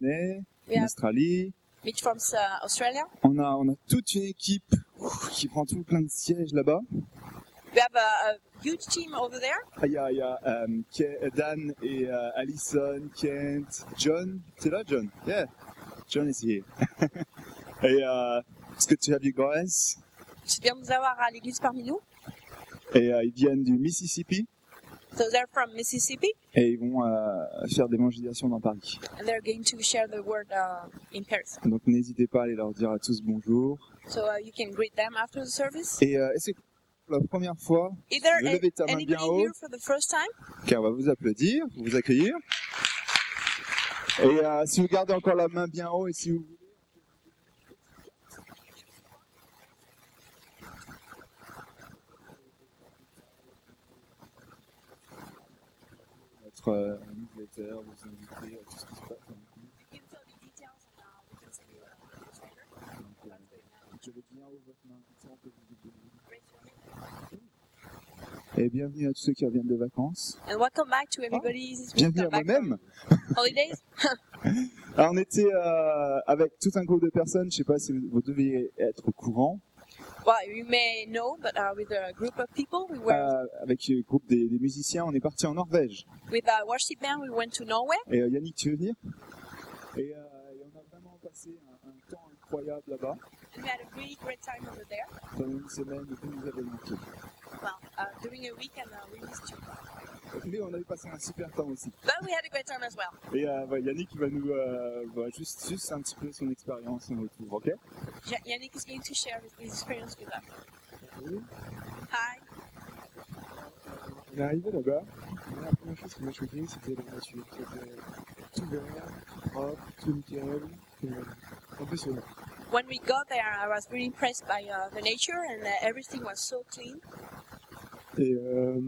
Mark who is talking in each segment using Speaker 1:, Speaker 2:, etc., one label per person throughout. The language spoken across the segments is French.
Speaker 1: Sydney, en
Speaker 2: Yeah.
Speaker 1: Australie.
Speaker 2: Mitch from uh, Australia.
Speaker 1: On a, on a toute une équipe ouf, qui prend tout plein de sièges là-bas.
Speaker 2: We have a, a huge team over there.
Speaker 1: Ah, Il y a, il y a, euh, Ke- Dan et euh, Allison, Kent, John. C'est là, John? Yeah. John is here. et euh, it's good to have you guys.
Speaker 2: C'est bien de nous avoir à l'église parmi nous.
Speaker 1: Et euh, ils viennent du Mississippi
Speaker 2: So they're from Mississippi
Speaker 1: et ils vont euh, faire des évangélisations dans Paris.
Speaker 2: and they're going to share the word uh, in Paris.
Speaker 1: Donc n'hésitez pas à aller leur dire à tous bonjour.
Speaker 2: So uh, you can greet them after the service.
Speaker 1: Et euh, est-ce que pour la première fois,
Speaker 2: Is there
Speaker 1: Vous
Speaker 2: a-
Speaker 1: levez ta main bien
Speaker 2: anybody
Speaker 1: haut.
Speaker 2: here for the first time?
Speaker 1: car on va vous applaudir, vous accueillir. Et euh, si vous gardez encore la main bien haut et si vous Notre euh, newsletter, vous inviter à tout ce qui se passe. Donc, euh, je vais bien ouvrir votre main, comme ça on peut vous aider. Et bienvenue à tous ceux qui reviennent de vacances.
Speaker 2: And welcome back to everybody. who's
Speaker 1: Bienvenue à
Speaker 2: come back
Speaker 1: moi-même.
Speaker 2: from Holidays.
Speaker 1: Alors, on était euh, avec tout un groupe de personnes, je sais pas si vous, vous deviez être au courant,
Speaker 2: Well, you may know, but uh, with a group of people, we were
Speaker 1: euh, avec le groupe des, des musiciens, on est parti en Norvège.
Speaker 2: with a worship band. We went to Norway.
Speaker 1: Et euh, Yannick, tu veux venir et, euh, et on a vraiment passé un, un temps incroyable là-bas,
Speaker 2: We had a really great time over there.
Speaker 1: pendant une semaine, et vous nous avez manqué.
Speaker 2: Well, uh, during a weekend, uh, we missed you,
Speaker 1: Mais on avait passé un super temps aussi.
Speaker 2: but we had a great time as well.
Speaker 1: Et euh, ouais, Yannick il va nous euh, bah, juste, juste un petit peu son expérience, son retour, ok
Speaker 2: Ja- Yannick is going to share his- his experience with us. Hi.
Speaker 3: On est arrivé là-bas, et la première chose qui m'a choqué, c'était la nature. C'était tout vert, propre, tout nickel, euh, impressionnant.
Speaker 2: When we got there, I was really impressed by uh, the nature, and uh, everything was so clean.
Speaker 3: Et euh,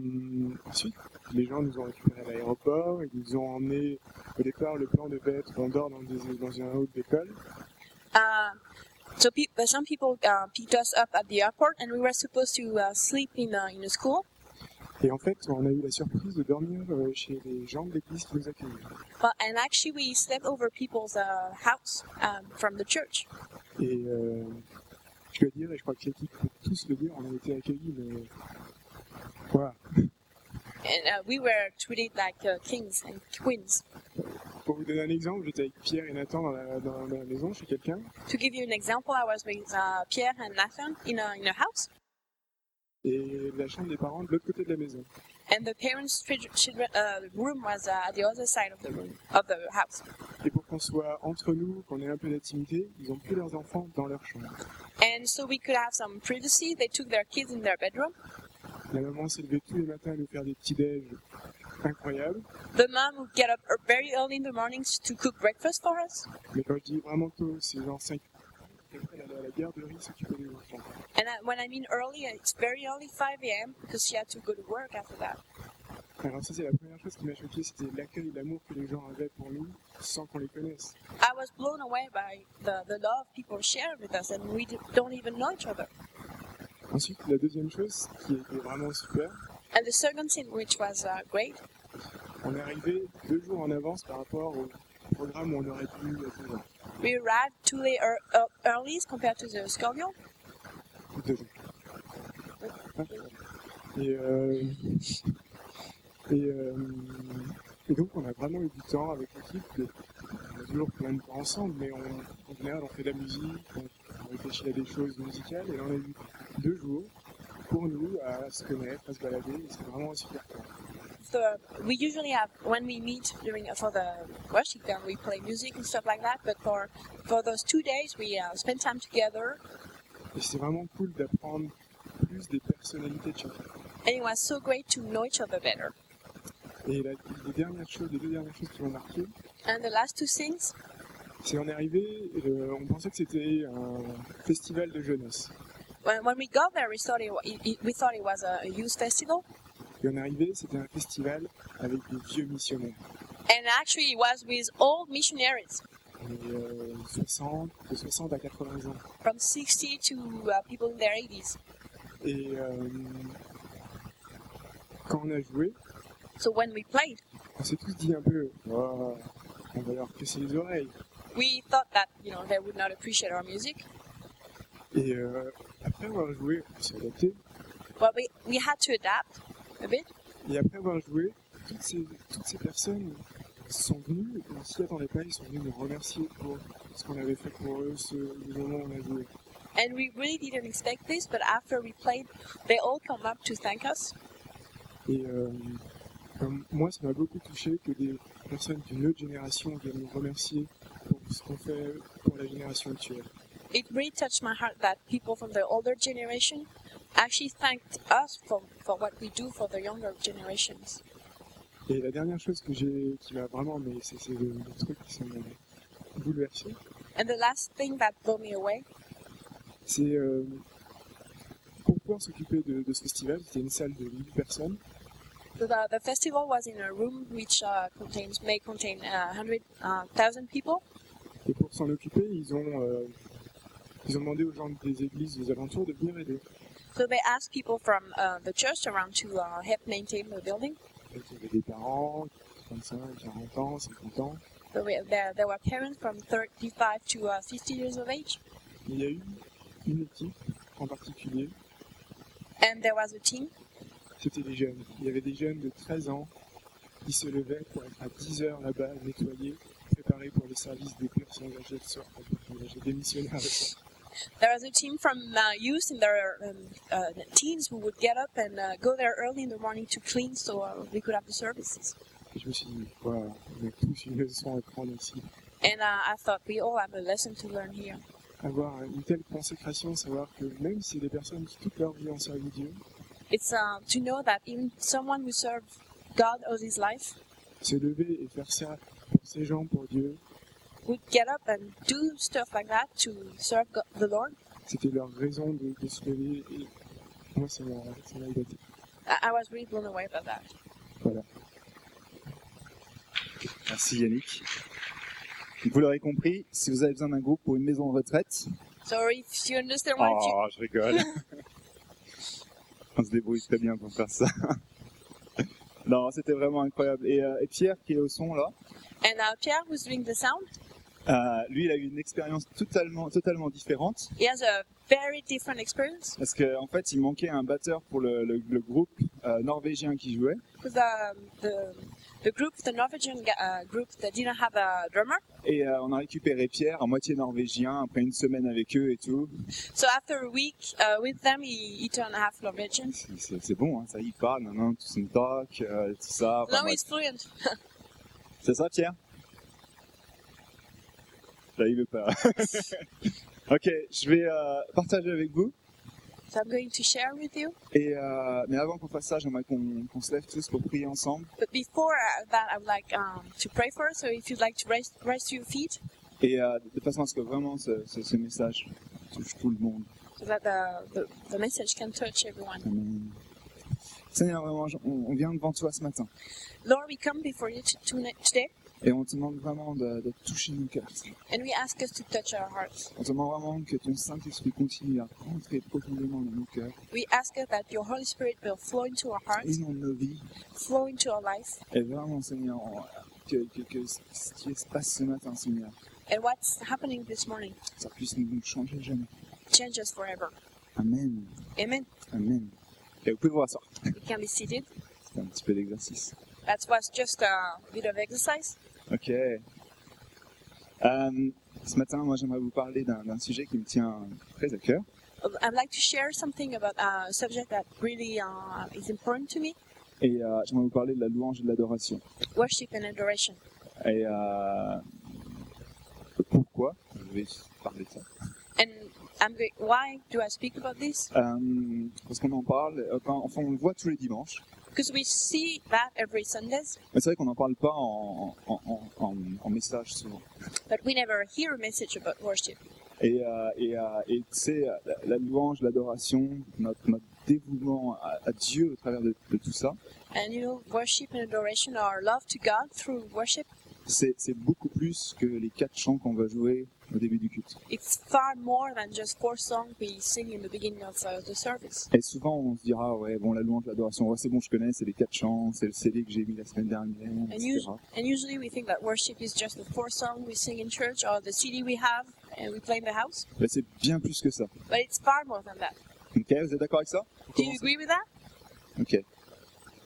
Speaker 3: ensuite, les gens nous ont récupérés à l'aéroport, ils nous ont emmenés. Au départ, le plan devait être on dort dans, des- dans un hall d'école.
Speaker 2: Um so pe- but some people uh, picked us up at the airport, and we were supposed to uh, sleep in uh, in a school.
Speaker 3: Et en fait, on a eu la surprise de dormir euh, chez les gens de l'église qui nous accueillaient.
Speaker 2: But and actually, we slept over people's uh, house um, from the church.
Speaker 3: Et euh, je dois dire, et je crois que l'équipe peut tous le dire, on a été accueillis, mais. Voilà.
Speaker 2: and uh, we were treated like uh, kings and queens.
Speaker 3: Pour vous donner un exemple, j'étais avec Pierre et Nathan dans la, dans la maison chez quelqu'un.
Speaker 2: To give you an example, I was with uh, Pierre and Nathan in a, in a house,
Speaker 3: et la chambre des parents de l'autre côté de la maison.
Speaker 2: and the parents' children, children, uh, room was uh, at the other side of the room of the house.
Speaker 3: Et pour qu'on soit entre nous, qu'on ait un peu d'intimité, ils ont pris leurs enfants dans leur chambre.
Speaker 2: And so we could have some privacy. They took their kids in their bedroom.
Speaker 3: La maman s'est levée tous les matins à nous faire des petits déj incroyables.
Speaker 2: The mom would get up er- very early in the mornings to cook breakfast for us.
Speaker 3: Mais quand je dis vraiment tôt, c'est genre 5 Et après, elle allait à la garderie s'occuper des enfants.
Speaker 2: And I, when I mean early, it's very early, 5 a.m. because she had to go to work after that.
Speaker 3: Alors ça, c'est la première chose qui m'a choqué, c'était l'accueil et l'amour que les gens avaient pour nous sans qu'on les connaisse.
Speaker 2: I was blown away by the, the love people share with us, and we d- don't even know each other.
Speaker 3: Ensuite, la deuxième chose qui était vraiment super,
Speaker 2: And the second thing, which was uh, great,
Speaker 3: on est arrivé deux jours en avance par rapport au programme où on aurait euh, dû être présent.
Speaker 2: we arrived too late er, er, early compared to the schedule.
Speaker 3: Deux jours. Et, euh, et, euh, et donc, on a vraiment eu du temps avec l'équipe. de- On a toujours plein de temps ensemble, mais on, en général, on fait de la musique, on, on réfléchit à des choses musicales. Et là, on a eu deux jours pour nous à se connaître, à se balader. Et c'est vraiment un super temps.
Speaker 2: So uh, we usually have when we meet during uh, for the worship band, we play music and stuff like that. But for for those two days, we uh, spent time together,
Speaker 3: Et c'est vraiment cool d'apprendre plus des personnalités de chacun.
Speaker 2: and it was so great to know each other better.
Speaker 3: Et la, les, dernières choses, les deux dernières choses qui m'ont marqué,
Speaker 2: And the last two things,
Speaker 3: c'est on est arrivé, euh, on pensait que c'était un festival de jeunesse.
Speaker 2: when, when we got there, we thought it, wa- it, it- we thought it was a, a youth festival,
Speaker 3: Et on est arrivé, c'était un festival avec des vieux missionnaires.
Speaker 2: and actually it was with old missionaries
Speaker 3: Et, euh, 60, de 60 à 80 ans.
Speaker 2: from 60 to uh, people in their 80s.
Speaker 3: Et euh, quand on a joué,
Speaker 2: So when we played.
Speaker 3: on s'est tous dit un peu, Waouh, Oh, on va leur casser les oreilles.
Speaker 2: We thought that you know they would not appreciate our music,
Speaker 3: Et euh, après avoir joué, on s'est adapté,
Speaker 2: but we we had to adapt a bit.
Speaker 3: et après avoir joué, toutes ces, toutes ces personnes sont venues, et on s'y attendait pas, ils sont venus nous remercier pour ce qu'on avait fait pour eux, ce, le moment où on a joué.
Speaker 2: And we really didn't expect this, but after we played, they all come up to thank us.
Speaker 3: Et euh, comme moi, ça m'a beaucoup touché que des personnes d'une autre génération viennent nous remercier pour ce qu'on fait pour la génération actuelle.
Speaker 2: It really touched my heart that people from the older generation actually thanked us for, for what we do for the younger generations.
Speaker 3: Et la dernière chose que j'ai, qui m'a vraiment, mais c'est c'est le, le truc qui s'en m'a bouleversé,
Speaker 2: And the last thing that blew me away
Speaker 3: c'est euh, pour pouvoir s'occuper de, de ce festival, c'était une salle de 1000 personnes,
Speaker 2: the, the festival was in a room which uh, contains may contain uh, 100,000 people,
Speaker 3: et pour s'en occuper, ils ont, euh, ils ont demandé aux gens des églises des alentours de venir aider.
Speaker 2: so they asked people from uh, the church around to uh, help maintain the building.
Speaker 3: Donc, il y avait des parents, 35, 40 ans, 50 ans,
Speaker 2: So we, there, there were parents from 35 to uh, 50 years of age,
Speaker 3: mais il y a eu une équipe en particulier
Speaker 2: and there was a team
Speaker 3: c'était les jeunes. Il y avait des jeunes de 13 ans qui se levaient pour être à 10 heures là-bas, nettoyés, préparés pour les services des personnes âgées de soir, des personnes âgées, des missionnaires. le soir.
Speaker 2: There was a team from uh, youth and their um, uh, teens who would get up and uh, go there early in the morning to clean so uh, we could have the services.
Speaker 3: Et je me suis dit, waouh, on a tous une leçon à prendre ici.
Speaker 2: And uh, I thought we all have a lesson to learn here.
Speaker 3: Avoir une telle consécration, savoir que même si des personnes qui toute leur vie ont servi Dieu,
Speaker 2: It's uh, to know that even someone who served God all his life
Speaker 3: se lever et faire ça pour ces gens, pour Dieu,
Speaker 2: would get up and do stuff like that to serve God, the Lord.
Speaker 3: c'était leur raison de, de se lever. Et moi, ça m'a ça m'a ébattu.
Speaker 2: I, I was really blown away by that.
Speaker 1: Merci Yannick. Vous l'aurez compris, si vous avez besoin d'un groupe pour une maison de retraite,
Speaker 2: So if you understand what you,
Speaker 1: Oh, je rigole. On se débrouille très bien pour faire ça. Non, c'était vraiment incroyable. Et, euh, et Pierre, qui est au son là,
Speaker 2: and uh, Pierre who's doing the sound,
Speaker 1: euh, lui, il a eu une expérience totalement, totalement différente.
Speaker 2: he has a very different experience
Speaker 1: Parce qu'en en fait, il manquait un batteur pour le, le- le groupe euh, norvégien qui jouait.
Speaker 2: because um, the the group, the Norwegian ga- uh, group that didn't have a drummer.
Speaker 1: Et euh, on a récupéré Pierre, à moitié norvégien, après une semaine avec eux et tout.
Speaker 2: So after a week uh, with them, he, he turned half Norwegian.
Speaker 1: C'est- C'est c'est bon, hein, ça y parle, non, non, tout son talk, euh, tout ça. Enfin,
Speaker 2: Now
Speaker 1: bref.
Speaker 2: he's fluent.
Speaker 1: C'est ça, Pierre Là, il veut pas. ok, je vais euh, partager avec vous.
Speaker 2: So I'm going to share with you.
Speaker 1: Et, euh, mais avant qu'on fasse ça, j'aimerais qu'on qu'on se lève tous pour prier ensemble.
Speaker 2: But before uh, that, I would like um, to pray for us. So if you'd like to raise, raise your feet,
Speaker 1: Et euh, de façon à ce que vraiment ce, ce- ce message touche tout le monde.
Speaker 2: so that the, the, the message can touch everyone.
Speaker 1: Amen. Seigneur, vraiment, je- on, on vient devant toi ce matin.
Speaker 2: Lord, we come before you to, tonight- today,
Speaker 1: Et on te demande vraiment de, de toucher nos cœurs. Seigneur.
Speaker 2: and we ask us to touch our hearts.
Speaker 1: On te demande vraiment que ton Saint-Esprit continue à rentrer profondément dans nos cœurs,
Speaker 2: We ask us that your Holy Spirit will flow into our hearts,
Speaker 1: inonde nos vies.
Speaker 2: flow into our life,
Speaker 1: Et vraiment, Eh ben, Seigneur, on- que, que, que ce ce qui se passe ce matin, Seigneur,
Speaker 2: and what's happening this morning
Speaker 1: ça puisse nous nous changer jamais.
Speaker 2: change us forever.
Speaker 1: Amen.
Speaker 2: Amen.
Speaker 1: Amen. Et vous pouvez vous rasseoir.
Speaker 2: We can be seated.
Speaker 1: C'est un petit peu d'exercice.
Speaker 2: That was just a bit of exercise.
Speaker 1: Ok. Euh, ce matin, moi, j'aimerais vous parler d'un d'un sujet qui me tient très à cœur.
Speaker 2: Um, I'd like to share something about uh, a subject that really uh, is important to me
Speaker 1: Et euh, j'aimerais vous parler de la louange et de l'adoration.
Speaker 2: worship and adoration.
Speaker 1: Et euh, pourquoi Je vais parler de ça.
Speaker 2: And I'm going, why do I speak about this?
Speaker 1: Euh, parce qu'on en parle, euh, quand- enfin, on le voit tous les dimanches.
Speaker 2: Because we see that every Sundays,
Speaker 1: Mais c'est vrai qu'on n'en parle pas en, en, en- en- en message souvent.
Speaker 2: but we never hear a message about worship.
Speaker 1: Et, euh, et, euh, et tu sais, euh, la, la louange, l'adoration, notre, notre dévouement à, à Dieu au travers de, de tout ça,
Speaker 2: And you know, worship and adoration, our love to God through worship,
Speaker 1: c'est c'est beaucoup plus que les quatre chants qu'on va jouer au début du culte.
Speaker 2: It's far more than just four songs we sing in the beginning of uh, the service.
Speaker 1: Et souvent, on se dira, ouais, bon, la louange, l'adoration, ouais, c'est bon, je connais, c'est les quatre chants, c'est le CD que j'ai mis la semaine dernière, etc.
Speaker 2: usually- And usually we think that worship is just the four songs we sing in church or the CD we have and we play in the house,
Speaker 1: Ben, c'est bien plus que ça.
Speaker 2: but it's far more than that.
Speaker 1: Ok, vous êtes d'accord avec ça
Speaker 2: Do you agree with that?
Speaker 1: Ok.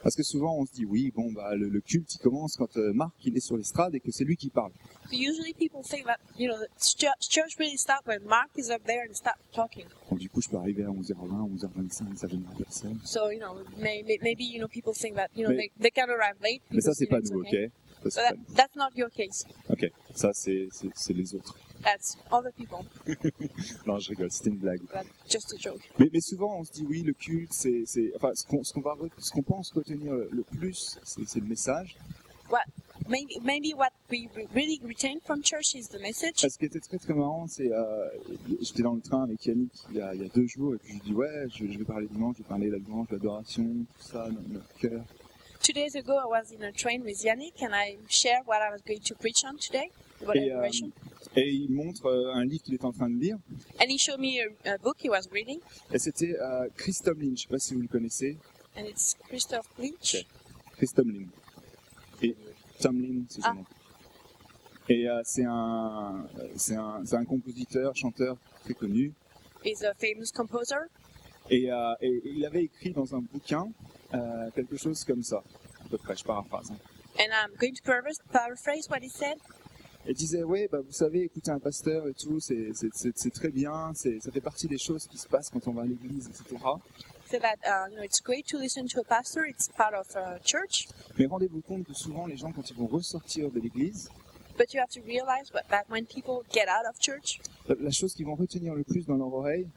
Speaker 1: Parce que souvent, on se dit, oui, bon, bah, le, le culte, il commence quand euh, Marc, il est sur l'estrade et que c'est lui qui parle.
Speaker 2: So usually people think that, you know, the church, church really starts when Mark is up there and start talking.
Speaker 1: Donc, du coup, je peux arriver à 11h20, 11h25, ça gênera personne.
Speaker 2: So, you know, may, may- maybe, you know, people think that, you know,
Speaker 1: Mais-
Speaker 2: they, they can arrive late.
Speaker 1: Mais ça,
Speaker 2: because,
Speaker 1: c'est
Speaker 2: you know,
Speaker 1: pas
Speaker 2: it's
Speaker 1: nous, ok
Speaker 2: okay.
Speaker 1: Ça,
Speaker 2: So
Speaker 1: c'est pas
Speaker 2: that,
Speaker 1: nous.
Speaker 2: that's not your case.
Speaker 1: Ok, ça, c'est c'est- c'est les autres.
Speaker 2: That's other people.
Speaker 1: Non, je rigole, c'était une blague.
Speaker 2: That's just a joke.
Speaker 1: Mais, mais souvent, on se dit, oui, le culte, c'est... c'est- Enfin, ce qu'on ce qu'on va re- ce qu'on pense retenir le, le plus, c'est c'est le message.
Speaker 2: Maybe, maybe what we re- really retain from church is the message.
Speaker 1: Ah, Ce qui était très très marrant, c'est euh, j'étais dans le train avec Yannick il y a, il y a deux jours et puis je lui dis ouais, je, je vais parler dimanche, je vais parler de la louange, de l'adoration, tout ça, notre, notre cœur.
Speaker 2: Two days ago, I was in a train with Yannick and I shared what I was going to preach on today about
Speaker 1: Et, euh,
Speaker 2: adoration.
Speaker 1: et il montre euh, un livre qu'il est en train de lire
Speaker 2: And he showed me a, a book he was reading,
Speaker 1: et c'était euh, Chris Tomlin, je sais pas si vous le connaissez,
Speaker 2: and it's Christoph Lynch.
Speaker 1: Okay. Chris Tomlin. Et euh, Tomlin, c'est son
Speaker 2: Ah.
Speaker 1: nom. Et euh, c'est un, euh, c'est un, c'est un compositeur, chanteur très connu.
Speaker 2: He's a famous composer.
Speaker 1: Et, euh, et- et il avait écrit dans un bouquin euh, quelque chose comme ça, à peu près, je paraphrase. hein.
Speaker 2: And I'm going to paraphrase- paraphrase what he said.
Speaker 1: et disait ouais bah vous savez écouter un pasteur et tout c'est c'est- c'est- c'est très bien c'est ça fait partie des choses qui se passent quand on va à l'église etc
Speaker 2: He said that uh, you know it's great to listen to a pastor. It's part of uh, church.
Speaker 1: mais rendez-vous compte que souvent les gens quand ils vont ressortir de l'église
Speaker 2: But you have to realize what, that when people get out of church,
Speaker 1: la, la chose qu'ils vont retenir le plus dans leur oreille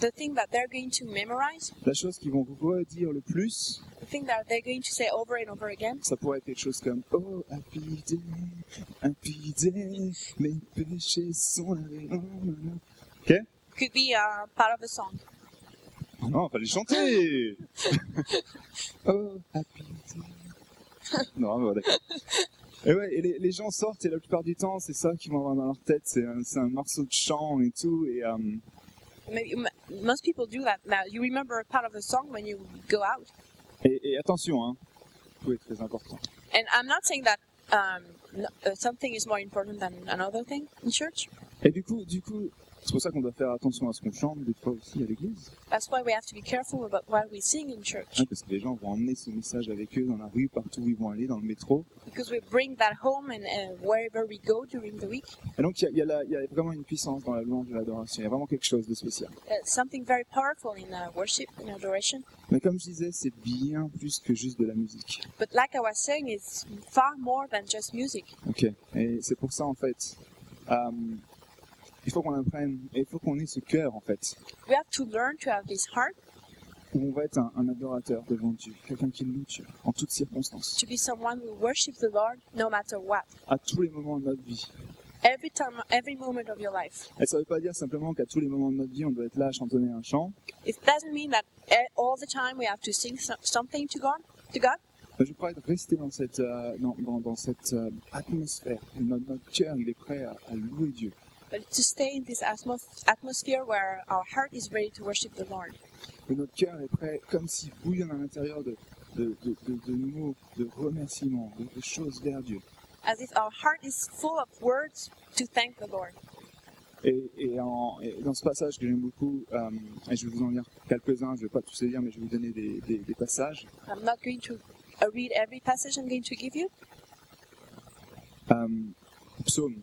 Speaker 2: the thing that they're going to memorize,
Speaker 1: la chose qu'ils vont redire le plus
Speaker 2: the thing that they're going to say over and over again,
Speaker 1: ça pourrait être quelque chose comme oh happy day happy day mes péchés sont lavés Oh, là, là.
Speaker 2: could be uh, part of a song.
Speaker 1: Oh non fallait chanter oh happy day non mais bon, d'accord et ouais et les, les gens sortent et la plupart du temps c'est ça qu'ils vont avoir dans leur tête c'est un, c'est un morceau de chant et tout et euh,
Speaker 2: Maybe, m- most people do that now. You remember a part of a song when you go out.
Speaker 1: et, et attention hein tout est très important
Speaker 2: And I'm not saying that um, n- uh, something is more important than another thing in church.
Speaker 1: et du coup du coup c'est pour ça qu'on doit faire attention à ce qu'on chante des fois aussi à l'église
Speaker 2: That's why we have to be careful about what we sing in church
Speaker 1: hein, parce que les gens vont emmener ce message avec eux dans la rue partout où ils vont aller dans le métro
Speaker 2: because we bring that home and uh, wherever we go during the week.
Speaker 1: et donc il y a- il y, a la- il y a vraiment une puissance dans la louange de l'adoration il y a vraiment quelque chose de spécial
Speaker 2: Uh, something very powerful in uh, worship and adoration.
Speaker 1: mais comme je disais c'est bien plus que juste de la musique
Speaker 2: But like I was saying, it's far more than just music.
Speaker 1: Ok. Et c'est pour ça en fait, euh, il faut qu'on apprenne et il faut qu'on ait ce cœur en fait,
Speaker 2: We have to learn to have this heart
Speaker 1: où on va être un, un adorateur devant Dieu, quelqu'un qui loue Dieu en toutes circonstances,
Speaker 2: to be someone who worships the Lord no matter what,
Speaker 1: à tous les moments de notre vie.
Speaker 2: every time, every moment of your life.
Speaker 1: Et ça ne veut pas dire simplement qu'à tous les moments de notre vie, on doit être là à chantonner un chant.
Speaker 2: It doesn't mean that eh, all the time we have to sing so- something to God. To God,
Speaker 1: Mais Je crois être resté dans cette, euh, dans, dans- dans cette euh, atmosphère. où Notre, notre cœur, il est prêt à, à louer Dieu.
Speaker 2: but to stay in this atmos- atmosphere where our heart is ready to worship the Lord,
Speaker 1: Que notre cœur est prêt, comme s'il bouillonne à l'intérieur de, de, de, de- de mots, de remerciements, de- de choses vers Dieu.
Speaker 2: as if our heart is full of words to thank the Lord.
Speaker 1: Et, et en- et dans ce passage que j'aime beaucoup, euh, et je vais vous en lire quelques-uns, je ne vais pas tous les lire, mais je vais vous donner des, des- des passages.
Speaker 2: I'm not going to uh, read every passage I'm going to give you.
Speaker 1: Euh, psaume.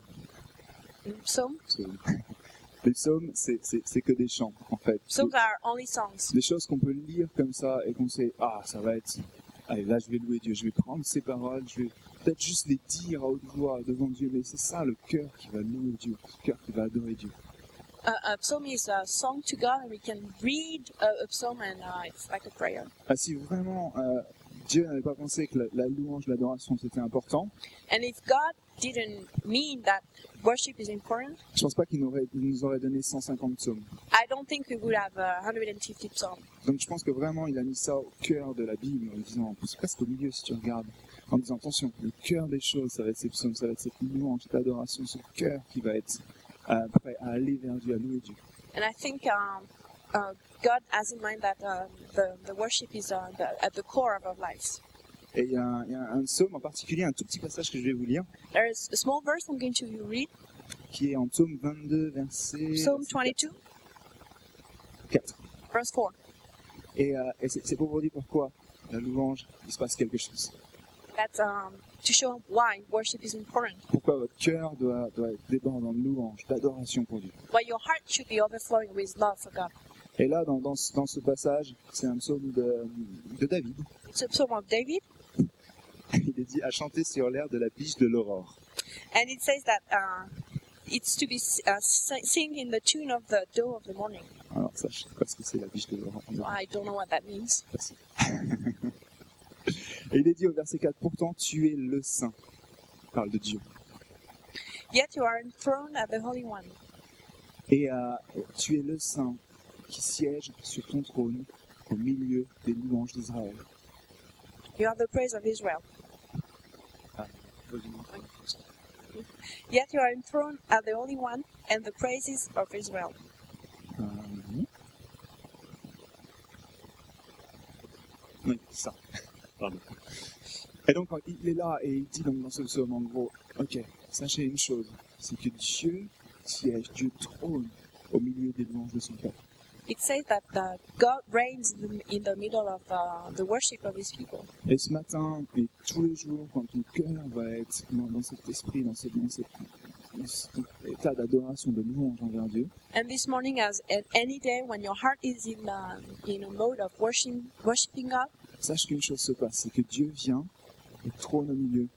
Speaker 2: Psalm,
Speaker 1: psaume. Les psaumes, c'est- c'est c'est que des chants, en fait.
Speaker 2: psalms are only songs.
Speaker 1: Des choses qu'on peut lire comme ça et qu'on sait, ah, ça va être... Allez, là, je vais louer Dieu, je vais prendre ces paroles, je vais peut-être juste les dire à haute voix devant Dieu, mais c'est ça le cœur qui va louer Dieu, le cœur qui va adorer Dieu.
Speaker 2: a, a psalm is a song to God, and we can read a, a psalm, and uh, it's like a prayer.
Speaker 1: Ah, si vraiment euh, Dieu n'avait pas pensé que la, la louange, l'adoration, c'était important,
Speaker 2: And if God didn't mean that worship is important,
Speaker 1: je pense pas qu'il nous aurait, il nous aurait donné 150 psaumes.
Speaker 2: I don't think we would have uh, 150 psalms.
Speaker 1: Donc je pense que vraiment, il a mis ça au cœur de la Bible en disant, c'est presque au milieu si tu regardes, en disant, attention, le cœur des choses, ça va être ces psaumes, ça va être cette louange, cette adoration, ce cœur qui va être euh, prêt à aller vers Dieu, à louer Dieu.
Speaker 2: And I think um, uh, God has in mind that um, the, the worship is uh, the, at the core of our lives.
Speaker 1: Et il y a, un, il y a un psaume en particulier, un tout petit passage que je vais vous lire,
Speaker 2: There is a small verse I'm going to read,
Speaker 1: qui est en psaume 22, verset
Speaker 2: Psalm 22,
Speaker 1: 4.
Speaker 2: verse 4.
Speaker 1: Et, euh, et c'est c'est pour vous dire pourquoi la louange, il se passe quelque chose.
Speaker 2: That's um, to show why worship is important,
Speaker 1: Pourquoi votre cœur doit, doit être débordant de louange, d'adoration pour Dieu.
Speaker 2: why your heart should be overflowing with love for God.
Speaker 1: Et là, dans, dans, ce- dans ce passage, c'est un psaume de, de David.
Speaker 2: It's a psalm of David,
Speaker 1: Il est dit à chanter sur l'air de la biche de l'aurore.
Speaker 2: and it says that uh, it's to be s- uh, si- sing in the tune of the doe of the morning.
Speaker 1: Alors ça, je sais pas ce que c'est la biche de l'aurore. On verra
Speaker 2: I don't know what that means.
Speaker 1: pas si- et il est dit au verset 4, pourtant tu es le saint. Il parle de Dieu.
Speaker 2: Yet you are enthroned at the Holy One.
Speaker 1: Et euh, tu es le saint qui siège sur ton trône au milieu des louanges d'Israël.
Speaker 2: You are the praise of Israel. Yet you are enthroned at the Holy One and the praises of Israel.
Speaker 1: Euh, Oui, ça. Pardon. Et donc, il est là et il dit donc dans ce psaume, en gros, ok, sachez une chose, c'est que Dieu siège, Dieu trône au milieu des louanges de son peuple.
Speaker 2: It says that uh, God reigns in the, in the middle of uh, the worship of His people.
Speaker 1: Et ce matin, et tous les jours, quand ton cœur va être dans, dans cet esprit, dans, ce- dans cet- dans cet état d'adoration, de louange envers Dieu,
Speaker 2: And this morning, as at any day when your heart is in uh, in a mode of worshiping, worshiping God,
Speaker 1: sache qu'une chose se passe, c'est que Dieu vient et trône au milieu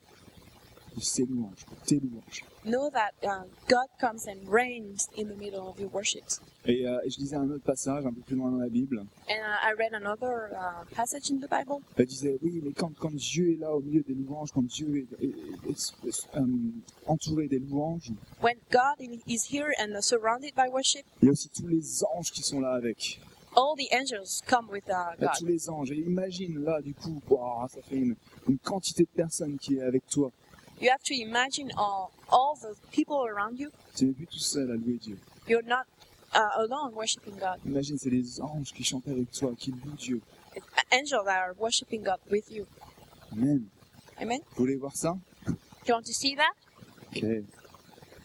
Speaker 1: de ses louanges, de tes louanges.
Speaker 2: know that uh, God comes and reigns in the middle of your worship.
Speaker 1: Et, euh, et je lisais un autre passage un peu plus loin dans la Bible.
Speaker 2: And I I read another uh, passage in the Bible.
Speaker 1: Elle disait oui, mais quand, quand Dieu est là au milieu des louanges, quand Dieu est, est- est- est, euh, entouré des louanges,
Speaker 2: When God i- is here and surrounded by worship,
Speaker 1: il y a aussi tous les anges qui sont là avec.
Speaker 2: all the angels come with uh,
Speaker 1: Il y a
Speaker 2: God.
Speaker 1: tous les anges. Et imagine là, du coup, ouah, ça fait une, une quantité de personnes qui est avec toi.
Speaker 2: You have to imagine all, all the people around you.
Speaker 1: Tu n'es plus tout seul à louer Dieu.
Speaker 2: You're not uh, alone worshiping God.
Speaker 1: Imagine, c'est les anges qui chantent avec toi, qui louent Dieu.
Speaker 2: It's Uh, Angels are worshiping God with you.
Speaker 1: Amen.
Speaker 2: Amen.
Speaker 1: Vous voulez voir ça
Speaker 2: Do you want to see that?
Speaker 1: Ok.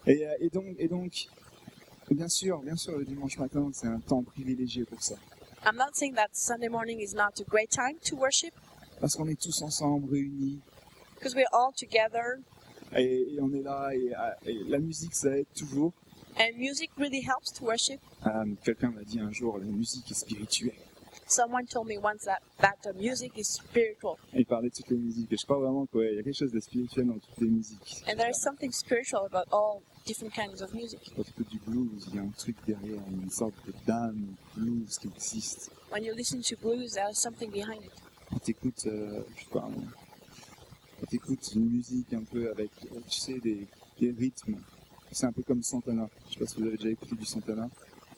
Speaker 1: Et, euh, et donc, et donc, bien sûr, bien sûr, le dimanche matin, c'est un temps privilégié pour ça.
Speaker 2: I'm not saying that Sunday morning is not a great time to worship
Speaker 1: parce qu'on est tous ensemble, réunis,
Speaker 2: because we're all together
Speaker 1: et, et on est là, et, euh, et la musique, ça aide toujours.
Speaker 2: and music really helps to worship.
Speaker 1: Euh, Quelqu'un m'a dit un jour, la musique est spirituelle.
Speaker 2: Someone told me once that, that the music is spiritual
Speaker 1: Et il parlait de toutes les musiques, et je crois vraiment qu'il y a quelque chose de spirituel dans toutes les musiques.
Speaker 2: and there is something spiritual about all different kinds of music.
Speaker 1: Quand tu écoutes du blues, il y a un truc derrière, une sorte d'âme blues qui existe.
Speaker 2: When you listen to blues, there's something behind it.
Speaker 1: Quand t'écoutes, euh, je sais pas, euh, quand t'écoutes une musique un peu avec, euh, tu sais, des, des rythmes, c'est un peu comme Santana. Je sais pas si vous avez déjà écouté du Santana.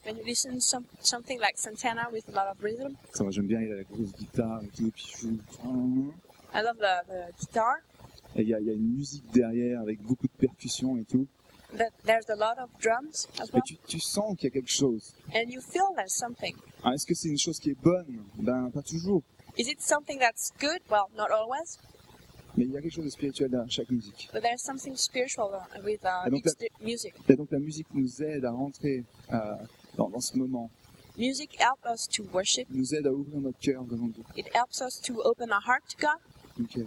Speaker 2: When you listen to some, something like Santana with a lot of rhythm,
Speaker 1: Ça, moi, j'aime bien, il a la grosse guitare et tout, et puis il joue.
Speaker 2: I love the, the guitar,
Speaker 1: Et Il y, a- il y a une musique derrière avec beaucoup de percussions et tout.
Speaker 2: but there's a lot of drums as
Speaker 1: Mais
Speaker 2: well,
Speaker 1: tu, tu sens qu'il y a quelque chose.
Speaker 2: and you feel there's something.
Speaker 1: Alors, Est-ce que c'est une chose qui est bonne Ben, pas toujours.
Speaker 2: Is it something that's good? Well, not always,
Speaker 1: Mais il y a quelque chose de spirituel derrière chaque musique.
Speaker 2: but there's something spiritual uh, with uh,
Speaker 1: I don't
Speaker 2: each di- music.
Speaker 1: Et donc la musique nous aide à rentrer euh, dans, dans ce moment,
Speaker 2: Music helps us to worship.
Speaker 1: nous aide à ouvrir notre cœur devant Dieu.
Speaker 2: It helps us to open our heart to God.
Speaker 1: Ok.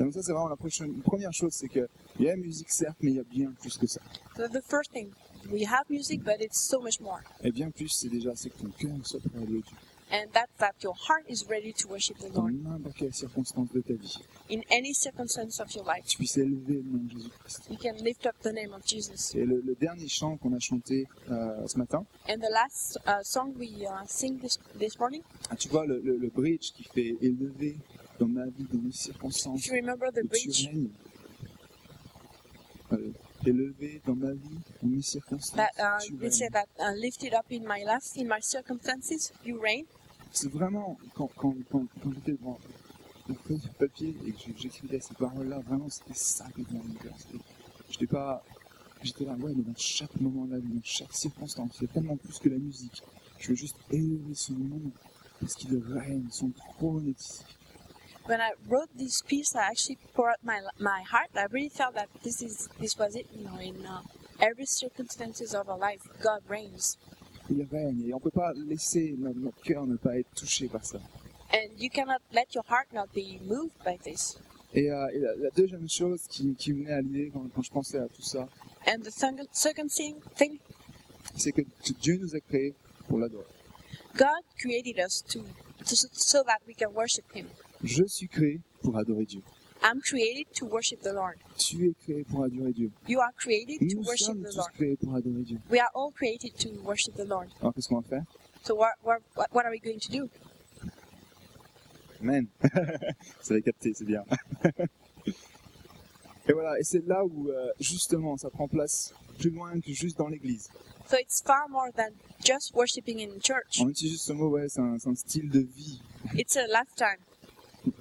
Speaker 1: Et donc ça, c'est vraiment la prochaine, la première chose, c'est que il y a la musique, certes, mais il y a bien plus que ça.
Speaker 2: So the first thing, we have music, but it's so much more.
Speaker 1: Et bien plus, c'est déjà, c'est que ton cœur soit prêt à louer Dieu
Speaker 2: And that's that your heart is ready to worship the
Speaker 1: dans
Speaker 2: Lord
Speaker 1: n'importe quelle circonstance de ta vie.
Speaker 2: in any circumstance of your life.
Speaker 1: Tu puisses élever le nom de Jésus-Christ.
Speaker 2: You can lift up the name of Jesus.
Speaker 1: C'est le, le dernier chant qu'on a chanté euh, ce matin.
Speaker 2: And the last uh, song we uh, sing this, this morning,
Speaker 1: Ah, tu vois le, le- le bridge qui fait élever dans ma vie, dans mes circonstances,
Speaker 2: If you remember the
Speaker 1: où tu
Speaker 2: bridge
Speaker 1: règnes. Euh, élevé dans ma vie, dans mes circonstances,
Speaker 2: that uh,
Speaker 1: tu
Speaker 2: it
Speaker 1: règnes.
Speaker 2: said that uh, lifted up in my life, in my circumstances, you reign.
Speaker 1: C'est vraiment, quand, quand, quand, quand j'étais devant une feuille de papier et que j'ai- j'écrivais ces paroles-là, vraiment, c'était ça qui était dans mon cœur. C'était- J'étais pas. J'étais là, ouais, mais dans chaque moment de la vie, dans chaque circonstance, c'est tellement plus que la musique. Je veux juste élever son nom, parce qu'il règne, son trône est ici.
Speaker 2: When I wrote this piece, I actually poured out my my heart. I really felt that this is this was it. You know, in uh, every circumstances of our life, God reigns,
Speaker 1: Il règne, et on peut pas laisser no- notre, cœur ne pas être touché par ça.
Speaker 2: and you cannot let your heart not be moved by this.
Speaker 1: Et, euh, et la, la deuxième chose qui, qui me venait à l'idée quand, quand je pensais à tout ça,
Speaker 2: And the second second thing, thing,
Speaker 1: c'est que Dieu nous a créés pour l'adorer.
Speaker 2: God created us to, to so that we can worship Him.
Speaker 1: Je suis créé pour adorer Dieu.
Speaker 2: I'm created to worship the Lord.
Speaker 1: Tu es créé pour adorer Dieu.
Speaker 2: You are created to
Speaker 1: Nous
Speaker 2: worship
Speaker 1: sommes
Speaker 2: the
Speaker 1: tous
Speaker 2: Lord.
Speaker 1: créés pour adorer Dieu.
Speaker 2: We are all created to worship the Lord.
Speaker 1: Alors qu'est-ce qu'on va faire
Speaker 2: So what what what what are we going to do?
Speaker 1: Amen. ça va capter, c'est bien. et voilà, et c'est là où euh, justement ça prend place plus loin que juste dans l'église.
Speaker 2: So it's far more than just worshiping in church.
Speaker 1: On utilise ce mot, ouais, c'est un, c'est un style de vie,
Speaker 2: It's a lifetime.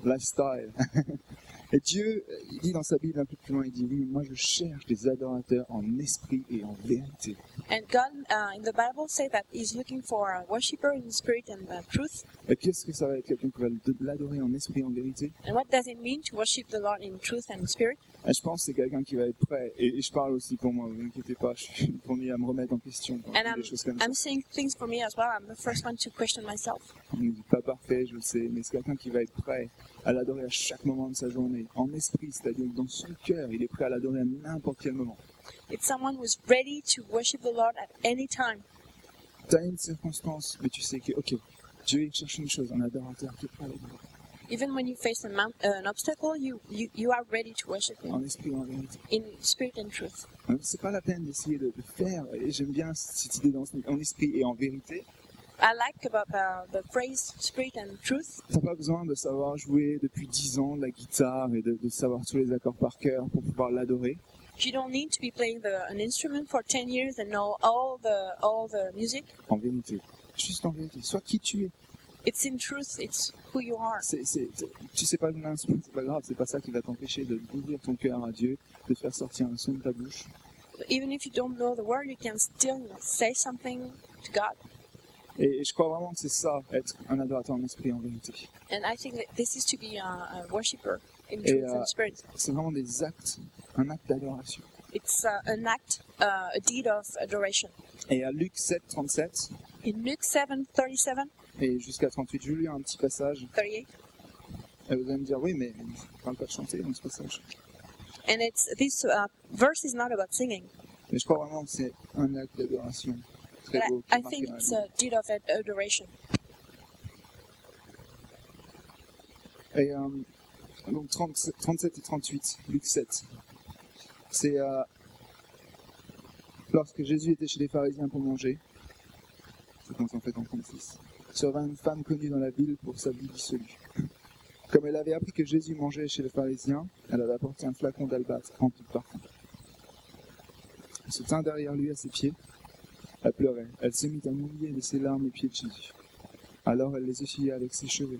Speaker 1: lifestyle. et Dieu, euh, il dit dans sa Bible un peu plus loin, il dit oui, moi je cherche des adorateurs en esprit et en vérité.
Speaker 2: And God uh, in the Bible say that He's looking for a worshiper in spirit and uh, truth.
Speaker 1: Et qu'est-ce que ça va être quelqu'un qui va de- l'adorer en esprit et en vérité
Speaker 2: And what does it mean to worship the Lord in truth and spirit?
Speaker 1: Et je pense que c'est quelqu'un qui va être prêt. Et, et je parle aussi pour moi, vous inquiétez pas, je suis le premier à me remettre en question quand je
Speaker 2: And
Speaker 1: dis des choses comme ça.
Speaker 2: I'm saying things for me as well. I'm the first one to question myself.
Speaker 1: On ne dit pas parfait, je le sais, mais c'est quelqu'un qui va être prêt à l'adorer à chaque moment de sa journée, en esprit, c'est-à-dire que dans son cœur, il est prêt à l'adorer à n'importe quel moment.
Speaker 2: It's someone who's ready to worship the Lord at any time.
Speaker 1: Tu as une circonstance, mais tu sais que, ok, Dieu il cherche une chose, un adorateur qui est prêt à l'adorer,
Speaker 2: Even when you face a mount, uh, an obstacle, you, you you are ready to worship Him
Speaker 1: en esprit, en vérité.
Speaker 2: in spirit and truth.
Speaker 1: Hein, C'est pas la peine d'essayer de, de faire, et j'aime bien cette idée dans, en esprit et en vérité.
Speaker 2: I like about uh, the phrase spirit and truth
Speaker 1: T'as pas besoin de savoir jouer depuis 10 ans de la guitare et de, de savoir tous les accords par cœur pour pouvoir l'adorer.
Speaker 2: You don't need to be playing the, an instrument for 10 years and know all the all the music.
Speaker 1: En vérité. Juste en vérité. Sois qui tu es.
Speaker 2: It's in truth, it's who you are.
Speaker 1: C'est- c'est- c'est- tu sais pas jouer un instrument, c'est pas grave. C'est pas ça qui va t'empêcher de d'ouvrir ton cœur à Dieu, de faire sortir un son de ta bouche.
Speaker 2: Even if you don't know the word, you can still say something to God.
Speaker 1: Et, et je crois vraiment que c'est ça, être un adorateur en esprit en vérité.
Speaker 2: And I think that this is to be a, a worshiper in
Speaker 1: Et,
Speaker 2: truth
Speaker 1: euh,
Speaker 2: and spirit.
Speaker 1: C'est vraiment des actes, un acte d'adoration.
Speaker 2: It's uh, an act, uh, a deed of adoration.
Speaker 1: Et à Luc 7, 37
Speaker 2: In Luke 7 37,
Speaker 1: et jusqu'à 38, je vous lis un petit passage.
Speaker 2: 38,
Speaker 1: Et vous allez me dire, oui, mais je parle pas de chanter dans ce passage.
Speaker 2: and it's this uh, verse is not about singing,
Speaker 1: Mais je crois vraiment que c'est un acte d'adoration. Très
Speaker 2: but
Speaker 1: beau. qui
Speaker 2: I, I
Speaker 1: marque
Speaker 2: think
Speaker 1: un-
Speaker 2: it's a deed of ad- adoration.
Speaker 1: Et euh, donc 30 37 et 38, Luc 7. C'est euh, lorsque Jésus était chez les pharisiens pour manger. Ça commence en fait en 36. Survint une femme connue dans la ville pour sa vie dissolue. Comme elle avait appris que Jésus mangeait chez les pharisiens, elle avait apporté un flacon d'albâtre rempli de parfum. Elle se tint derrière lui à ses pieds. Elle pleurait. Elle se mit à mouiller de ses larmes aux pieds de Jésus. Alors elle les essuyait avec ses cheveux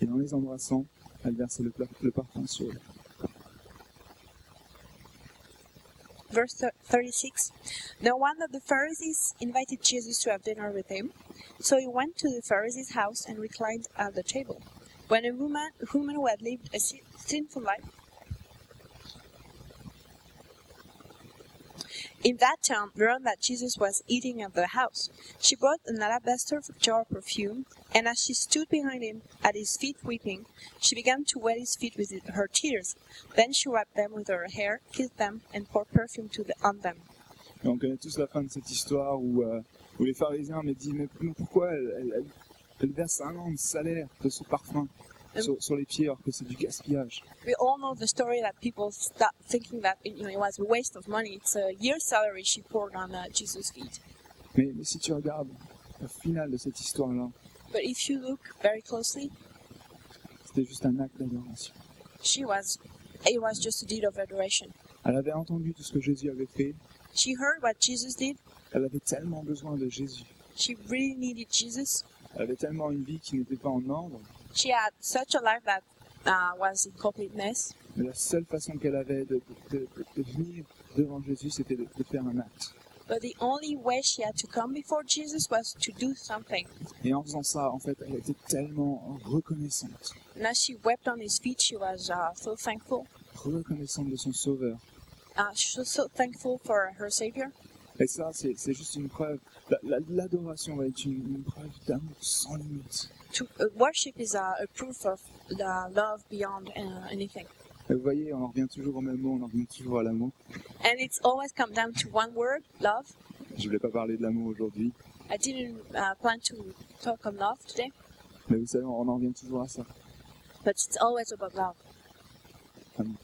Speaker 1: et en les embrassant, elle versait le, pla- le parfum sur eux.
Speaker 2: Verse thir- 36 Now one of the Pharisees invited Jesus to have dinner with him, so he went to the Pharisee's house and reclined at the table. When a woman, a woman who had lived a sin- sinful life in that town learned that Jesus was eating at the house, she brought an alabaster jar of perfume, and as she stood behind him at his feet weeping, she began to wet his feet with her tears. Then she wrapped them with her hair, kissed them, and poured perfume to the, on them.
Speaker 1: Et on connaît tous la fin de cette histoire où, euh, où les pharisiens me disent mais, mais pourquoi elle, elle- elle- elle verse un an de salaire de son parfum sur, sur les pieds alors que c'est du gaspillage.
Speaker 2: We all know the story that people start thinking that you know, it was a waste of money. It's a year's salary she poured on uh, Jesus' feet.
Speaker 1: Mais, mais si tu regardes la finale de cette histoire-là,
Speaker 2: But if you look very closely,
Speaker 1: C'était juste un acte d'adoration.
Speaker 2: She was, it was just a deed of adoration.
Speaker 1: Elle avait entendu tout ce que Jésus avait fait.
Speaker 2: She heard what Jesus did.
Speaker 1: Elle avait tellement besoin de Jésus.
Speaker 2: She really needed Jesus.
Speaker 1: Elle avait tellement une vie qui n'était pas en ordre.
Speaker 2: She had such a life that uh, was in complete mess.
Speaker 1: Mais la seule façon qu'elle avait de, de, de- de venir devant Jésus, c'était de, de faire un acte.
Speaker 2: But the only way she had to come before Jesus was to do something.
Speaker 1: Et en faisant ça, en fait, elle était tellement reconnaissante.
Speaker 2: And as she wept on his feet, she was uh, so thankful,
Speaker 1: Reconnaissante de son Sauveur.
Speaker 2: uh, she was so thankful for her Savior.
Speaker 1: Et ça, c'est c'est juste une preuve. La- la- L'adoration va être une, une preuve d'amour sans limite.
Speaker 2: To uh, worship is uh, a proof of the love beyond uh, anything,
Speaker 1: Et vous voyez, on en revient toujours au même mot, on en revient toujours à l'amour.
Speaker 2: and it's always come down to one word: love.
Speaker 1: Je voulais pas parler de l'amour aujourd'hui,
Speaker 2: I didn't uh, plan to talk on love today,
Speaker 1: mais vous savez, on en revient toujours à ça.
Speaker 2: but it's always about love.
Speaker 1: Um.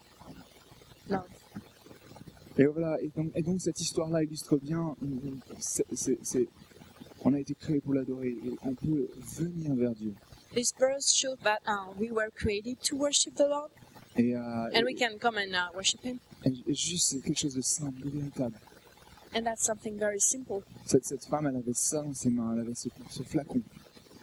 Speaker 2: Love.
Speaker 1: Et voilà, et donc, et donc cette histoire-là illustre bien, mm, c'est, c'est- c'est- on a été créé pour l'adorer et on peut venir vers Dieu.
Speaker 2: These verse show that uh, we were created to worship the Lord,
Speaker 1: Et, euh,
Speaker 2: and we can come and uh, worship Him,
Speaker 1: et- et juste, c'est quelque chose de simple, de véritable.
Speaker 2: and that's something very simple.
Speaker 1: Cette, cette femme, elle avait ça dans ses mains, elle avait ce, ce flacon.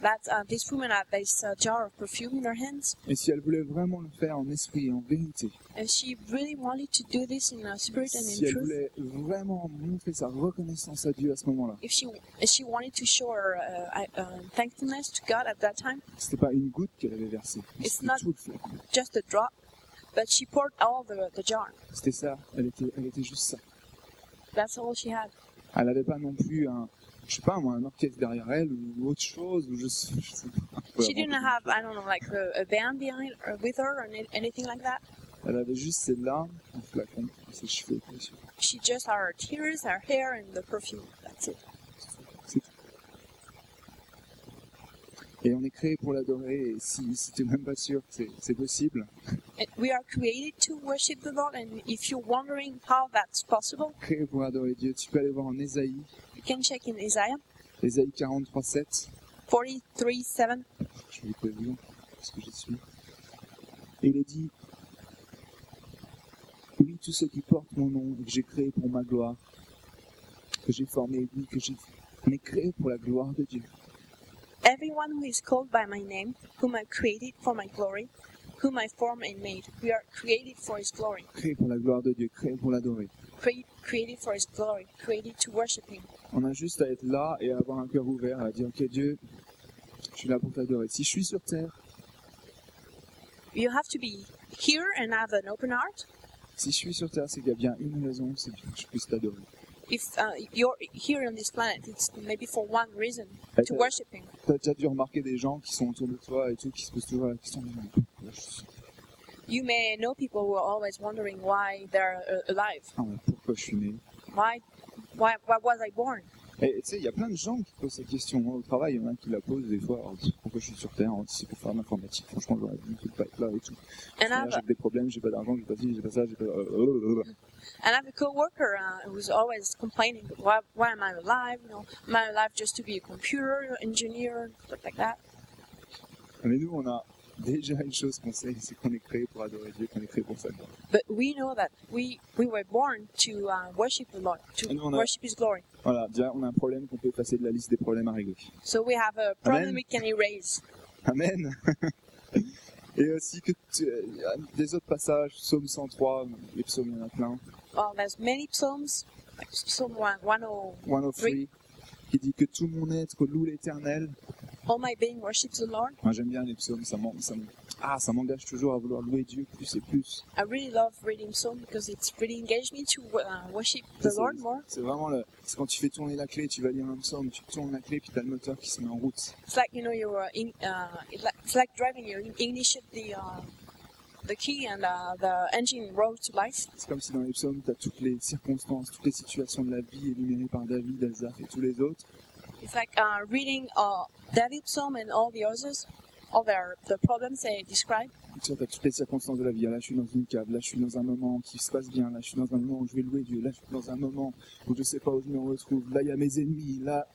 Speaker 2: That uh, this woman had this uh, jar of perfume in her hands,
Speaker 1: Et si elle voulait vraiment le faire en esprit, en vérité,
Speaker 2: And she really wanted to do this in her spirit and in
Speaker 1: si elle
Speaker 2: truth.
Speaker 1: voulait vraiment montrer sa reconnaissance à Dieu à ce moment-là,
Speaker 2: If she if she wanted to show her uh, I- uh, thankfulness to God at that time,
Speaker 1: c'était pas une goutte qu'elle avait versée, mais
Speaker 2: It's
Speaker 1: c'était
Speaker 2: not-
Speaker 1: tout le flacon.
Speaker 2: just a drop, but she poured all the the jar.
Speaker 1: C'était ça, elle était, elle était juste ça.
Speaker 2: That's all she had.
Speaker 1: Elle n'avait pas non plus un, je sais pas moi, un orchestre derrière elle ou autre chose ou je sais, je sais pas.
Speaker 2: she didn't have I don't know like a, a band behind or with her or any- anything like that.
Speaker 1: Elle avait juste ses larmes, un flacon, et ses cheveux. bien sûr.
Speaker 2: She just had her tears, her hair, and the perfume. That's it.
Speaker 1: Et on est créé pour l'adorer. Et si, si t'es même pas sûr que c'est- c'est possible,
Speaker 2: And we are created to worship the Lord, and if you're wondering how that's possible,
Speaker 1: créé pour adorer Dieu, tu peux aller voir en Ésaïe,
Speaker 2: you can check in Isaiah
Speaker 1: Ésaïe 43, 7.
Speaker 2: 43:7.
Speaker 1: Je vais te lire, parce que j'y suis. Et il est dit Oui, tous ceux qui portent mon nom et que j'ai créé pour ma gloire, que j'ai formé, oui, que j'ai. On est créé pour la gloire de Dieu.
Speaker 2: Everyone who is called by my name, whom I created for my glory, whom I formed and made, we are created for his glory,
Speaker 1: Créé pour la gloire de Dieu, créé pour l'adorer.
Speaker 2: create, created for his glory, created to worship him.
Speaker 1: On a juste à être là et à avoir un cœur ouvert, à dire Ok, Dieu, je suis là pour t'adorer. Si je suis sur terre,
Speaker 2: You have to be here and have an open heart.
Speaker 1: si je suis sur terre, c'est qu'il y a bien une raison, c'est que je puisse t'adorer.
Speaker 2: If uh, you're here on this planet, it's maybe for one reason,
Speaker 1: Et
Speaker 2: to
Speaker 1: t'as-
Speaker 2: worship him.
Speaker 1: T'as déjà dû remarquer des gens qui sont autour de toi et tout, qui se posent toujours la question Pourquoi je suis
Speaker 2: You may know people who are always wondering why they're uh, alive.
Speaker 1: Ah, mais pourquoi je suis né
Speaker 2: Why, why, why was I born?
Speaker 1: Et tu sais, il y a plein de gens qui posent cette question. Moi, au travail, il y en a qui la posent des fois. Alors, pourquoi je suis sur Terre Alors, C'est pour faire de l'informatique. Franchement, j'aurais bien fait de pas être là et tout.
Speaker 2: And
Speaker 1: Là,
Speaker 2: I've,
Speaker 1: J'ai des problèmes, j'ai pas d'argent, j'ai pas ci, j'ai pas ça, j'ai pas. euh, euh, euh, euh.
Speaker 2: And I have a coworker uh, who's always complaining, why, why am I alive? You know, am I alive just to be a computer engineer, stuff like that?
Speaker 1: Mais nous, on a déjà une chose qu'on sait c'est qu'on est créé pour adorer Dieu, qu'on est créé pour ça.
Speaker 2: But we know that we, we were born to uh, worship the Lord, to
Speaker 1: And on a-
Speaker 2: worship His glory.
Speaker 1: Voilà, déjà, on a un problème qu'on peut passer de la liste des problèmes à régler.
Speaker 2: So we have a problem
Speaker 1: Amen.
Speaker 2: we can erase.
Speaker 1: Amen Et aussi que tu- euh, il y a des autres passages, psaume 103, les psaumes, il y en a plein,
Speaker 2: Well, there's many psalms, like Psalm oh, 1, 103,
Speaker 1: 103, qui dit que tout mon être loue l'éternel.
Speaker 2: all my being worships the Lord.
Speaker 1: Moi j'aime bien les psaumes, ça m'en- ça m- ah, ça m'engage toujours à vouloir louer Dieu plus et plus.
Speaker 2: I really love reading psalm because it's really engaged me to uh, worship the
Speaker 1: Ça,
Speaker 2: Lord
Speaker 1: c'est-
Speaker 2: more.
Speaker 1: C'est vraiment le. C'est quand tu fais tourner la clé, tu vas lire un psaume, tu tournes la clé, puis t'as le moteur qui se met en route.
Speaker 2: It's like you know you're uh, in, uh, it like- it's like driving you ignition the uh, the key and uh, the engine road to life.
Speaker 1: C'est comme si dans les psaumes, t'as toutes les circonstances, toutes les situations de la vie énumérées par David, Azaph et tous les autres.
Speaker 2: It's like uh, reading uh, David Psalm and all the others, all their the problems they describe.
Speaker 1: Tu vois, t'as toutes les circonstances de la vie. Ah, Là, je suis dans une cave, là, je suis dans un moment qui se passe bien, là, je suis dans un moment où je vais louer Dieu, là, je suis dans un moment où je sais pas où je me retrouve, là, il y a mes ennemis, là.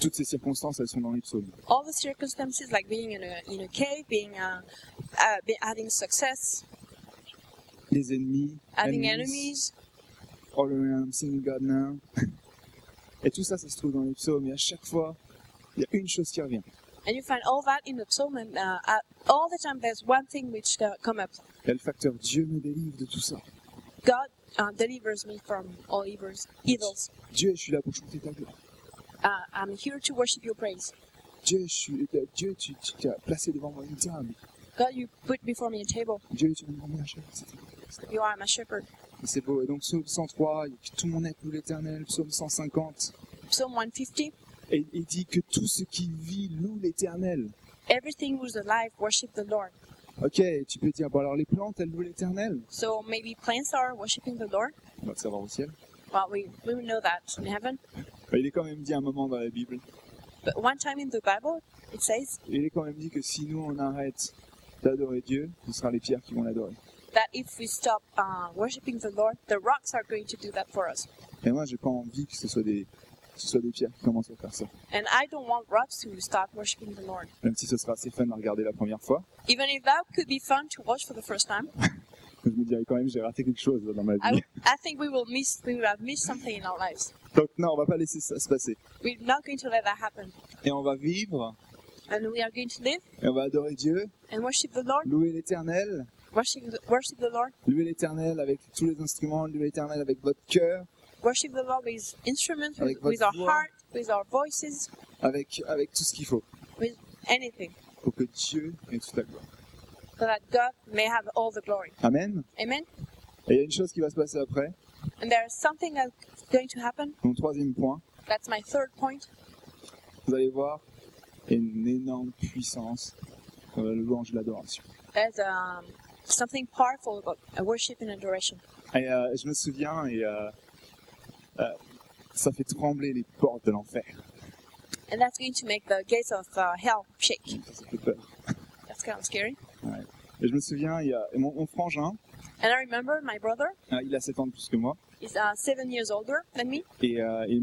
Speaker 1: toutes ces circonstances, elles sont dans les psaumes.
Speaker 2: All the circumstances, like being in a, in a cave, being uh, uh, be- having success,
Speaker 1: Les ennemis,
Speaker 2: having
Speaker 1: enemies, oh,
Speaker 2: enemies,
Speaker 1: All around, singing God now. et tout ça, ça se trouve dans les psaumes. Et à chaque fois, il y a une chose qui revient.
Speaker 2: and you find all that in the psalm. And uh, uh, all the time, there's one thing which uh, come up:
Speaker 1: Il y a le facteur Dieu me délivre de tout ça.
Speaker 2: God uh, delivers me from all evils. Evils.
Speaker 1: Dieu, je suis là pour chanter ta gloire.
Speaker 2: Uh, I'm here to worship Your praise.
Speaker 1: Dieu, je suis, Dieu tu, tu t'as placé devant moi une table.
Speaker 2: God, you put before me a table.
Speaker 1: Dieu, tu m'as demandé à chaque fois, etc.
Speaker 2: You are my shepherd.
Speaker 1: Et c'est beau. Et donc, psaume 103, il dit, tout mon être nous l'éternel, psaume 150.
Speaker 2: Psalm 150.
Speaker 1: Et il dit que tout ce qui vit loue l'éternel.
Speaker 2: Everything who's alive worship the Lord.
Speaker 1: Ok, tu peux dire, bon alors les plantes, elles louent l'éternel.
Speaker 2: So maybe plants are worshiping the Lord.
Speaker 1: On va le savoir au ciel.
Speaker 2: Well, we we will know that in heaven.
Speaker 1: Bah, Il est quand même dit à un moment dans la Bible,
Speaker 2: But one time in the Bible, it says
Speaker 1: il est quand même dit que si nous on arrête d'adorer Dieu, ce sera les pierres qui vont l'adorer.
Speaker 2: that if we stop uh, worshiping the Lord, the rocks are going to do that for us.
Speaker 1: Et moi, j'ai pas envie que ce soit des, que ce soit des pierres qui commencent à faire ça.
Speaker 2: And I don't want rocks to stop worshiping the Lord.
Speaker 1: Même si ce sera assez fun à regarder la première fois,
Speaker 2: Even if that could be fun to watch for the first time,
Speaker 1: je me dirais quand même, j'ai raté quelque chose là, dans ma vie.
Speaker 2: I, w- I think we will miss we will have missed something in our lives.
Speaker 1: Donc non, on va pas laisser ça se passer.
Speaker 2: We're not going to let that happen,
Speaker 1: Et on va vivre,
Speaker 2: and we are going to live
Speaker 1: et on va adorer Dieu,
Speaker 2: and worship the Lord,
Speaker 1: louer l'éternel,
Speaker 2: worship the, worship the Lord,
Speaker 1: louer l'éternel avec tous les instruments, louer l'éternel avec votre cœur,
Speaker 2: worship the Lord with instruments, with,
Speaker 1: Avec votre
Speaker 2: with our
Speaker 1: voix.
Speaker 2: heart, with our voices,
Speaker 1: avec, avec tout ce qu'il faut
Speaker 2: anything,
Speaker 1: pour que Dieu ait toute la gloire.
Speaker 2: so that God may have all the glory.
Speaker 1: Amen.
Speaker 2: Amen.
Speaker 1: Et il y a une chose qui va se passer après,
Speaker 2: And there is something that's going to happen.
Speaker 1: mon troisième point.
Speaker 2: That's my third point.
Speaker 1: Vous allez voir, il y a une énorme puissance dans la louange et l'adoration.
Speaker 2: There's um, something powerful about uh, worship and adoration.
Speaker 1: Et euh, je me souviens, et euh, euh, ça fait trembler les portes de l'enfer.
Speaker 2: And that's going to make the gates of uh, hell shake.
Speaker 1: Ça, ça fait peur.
Speaker 2: That's kind of scary.
Speaker 1: Et je me souviens, il y a et mon, mon frangin,
Speaker 2: And I remember my brother
Speaker 1: euh, il a 7 ans de plus que moi,
Speaker 2: is uh, seven years older than me.
Speaker 1: et, euh, et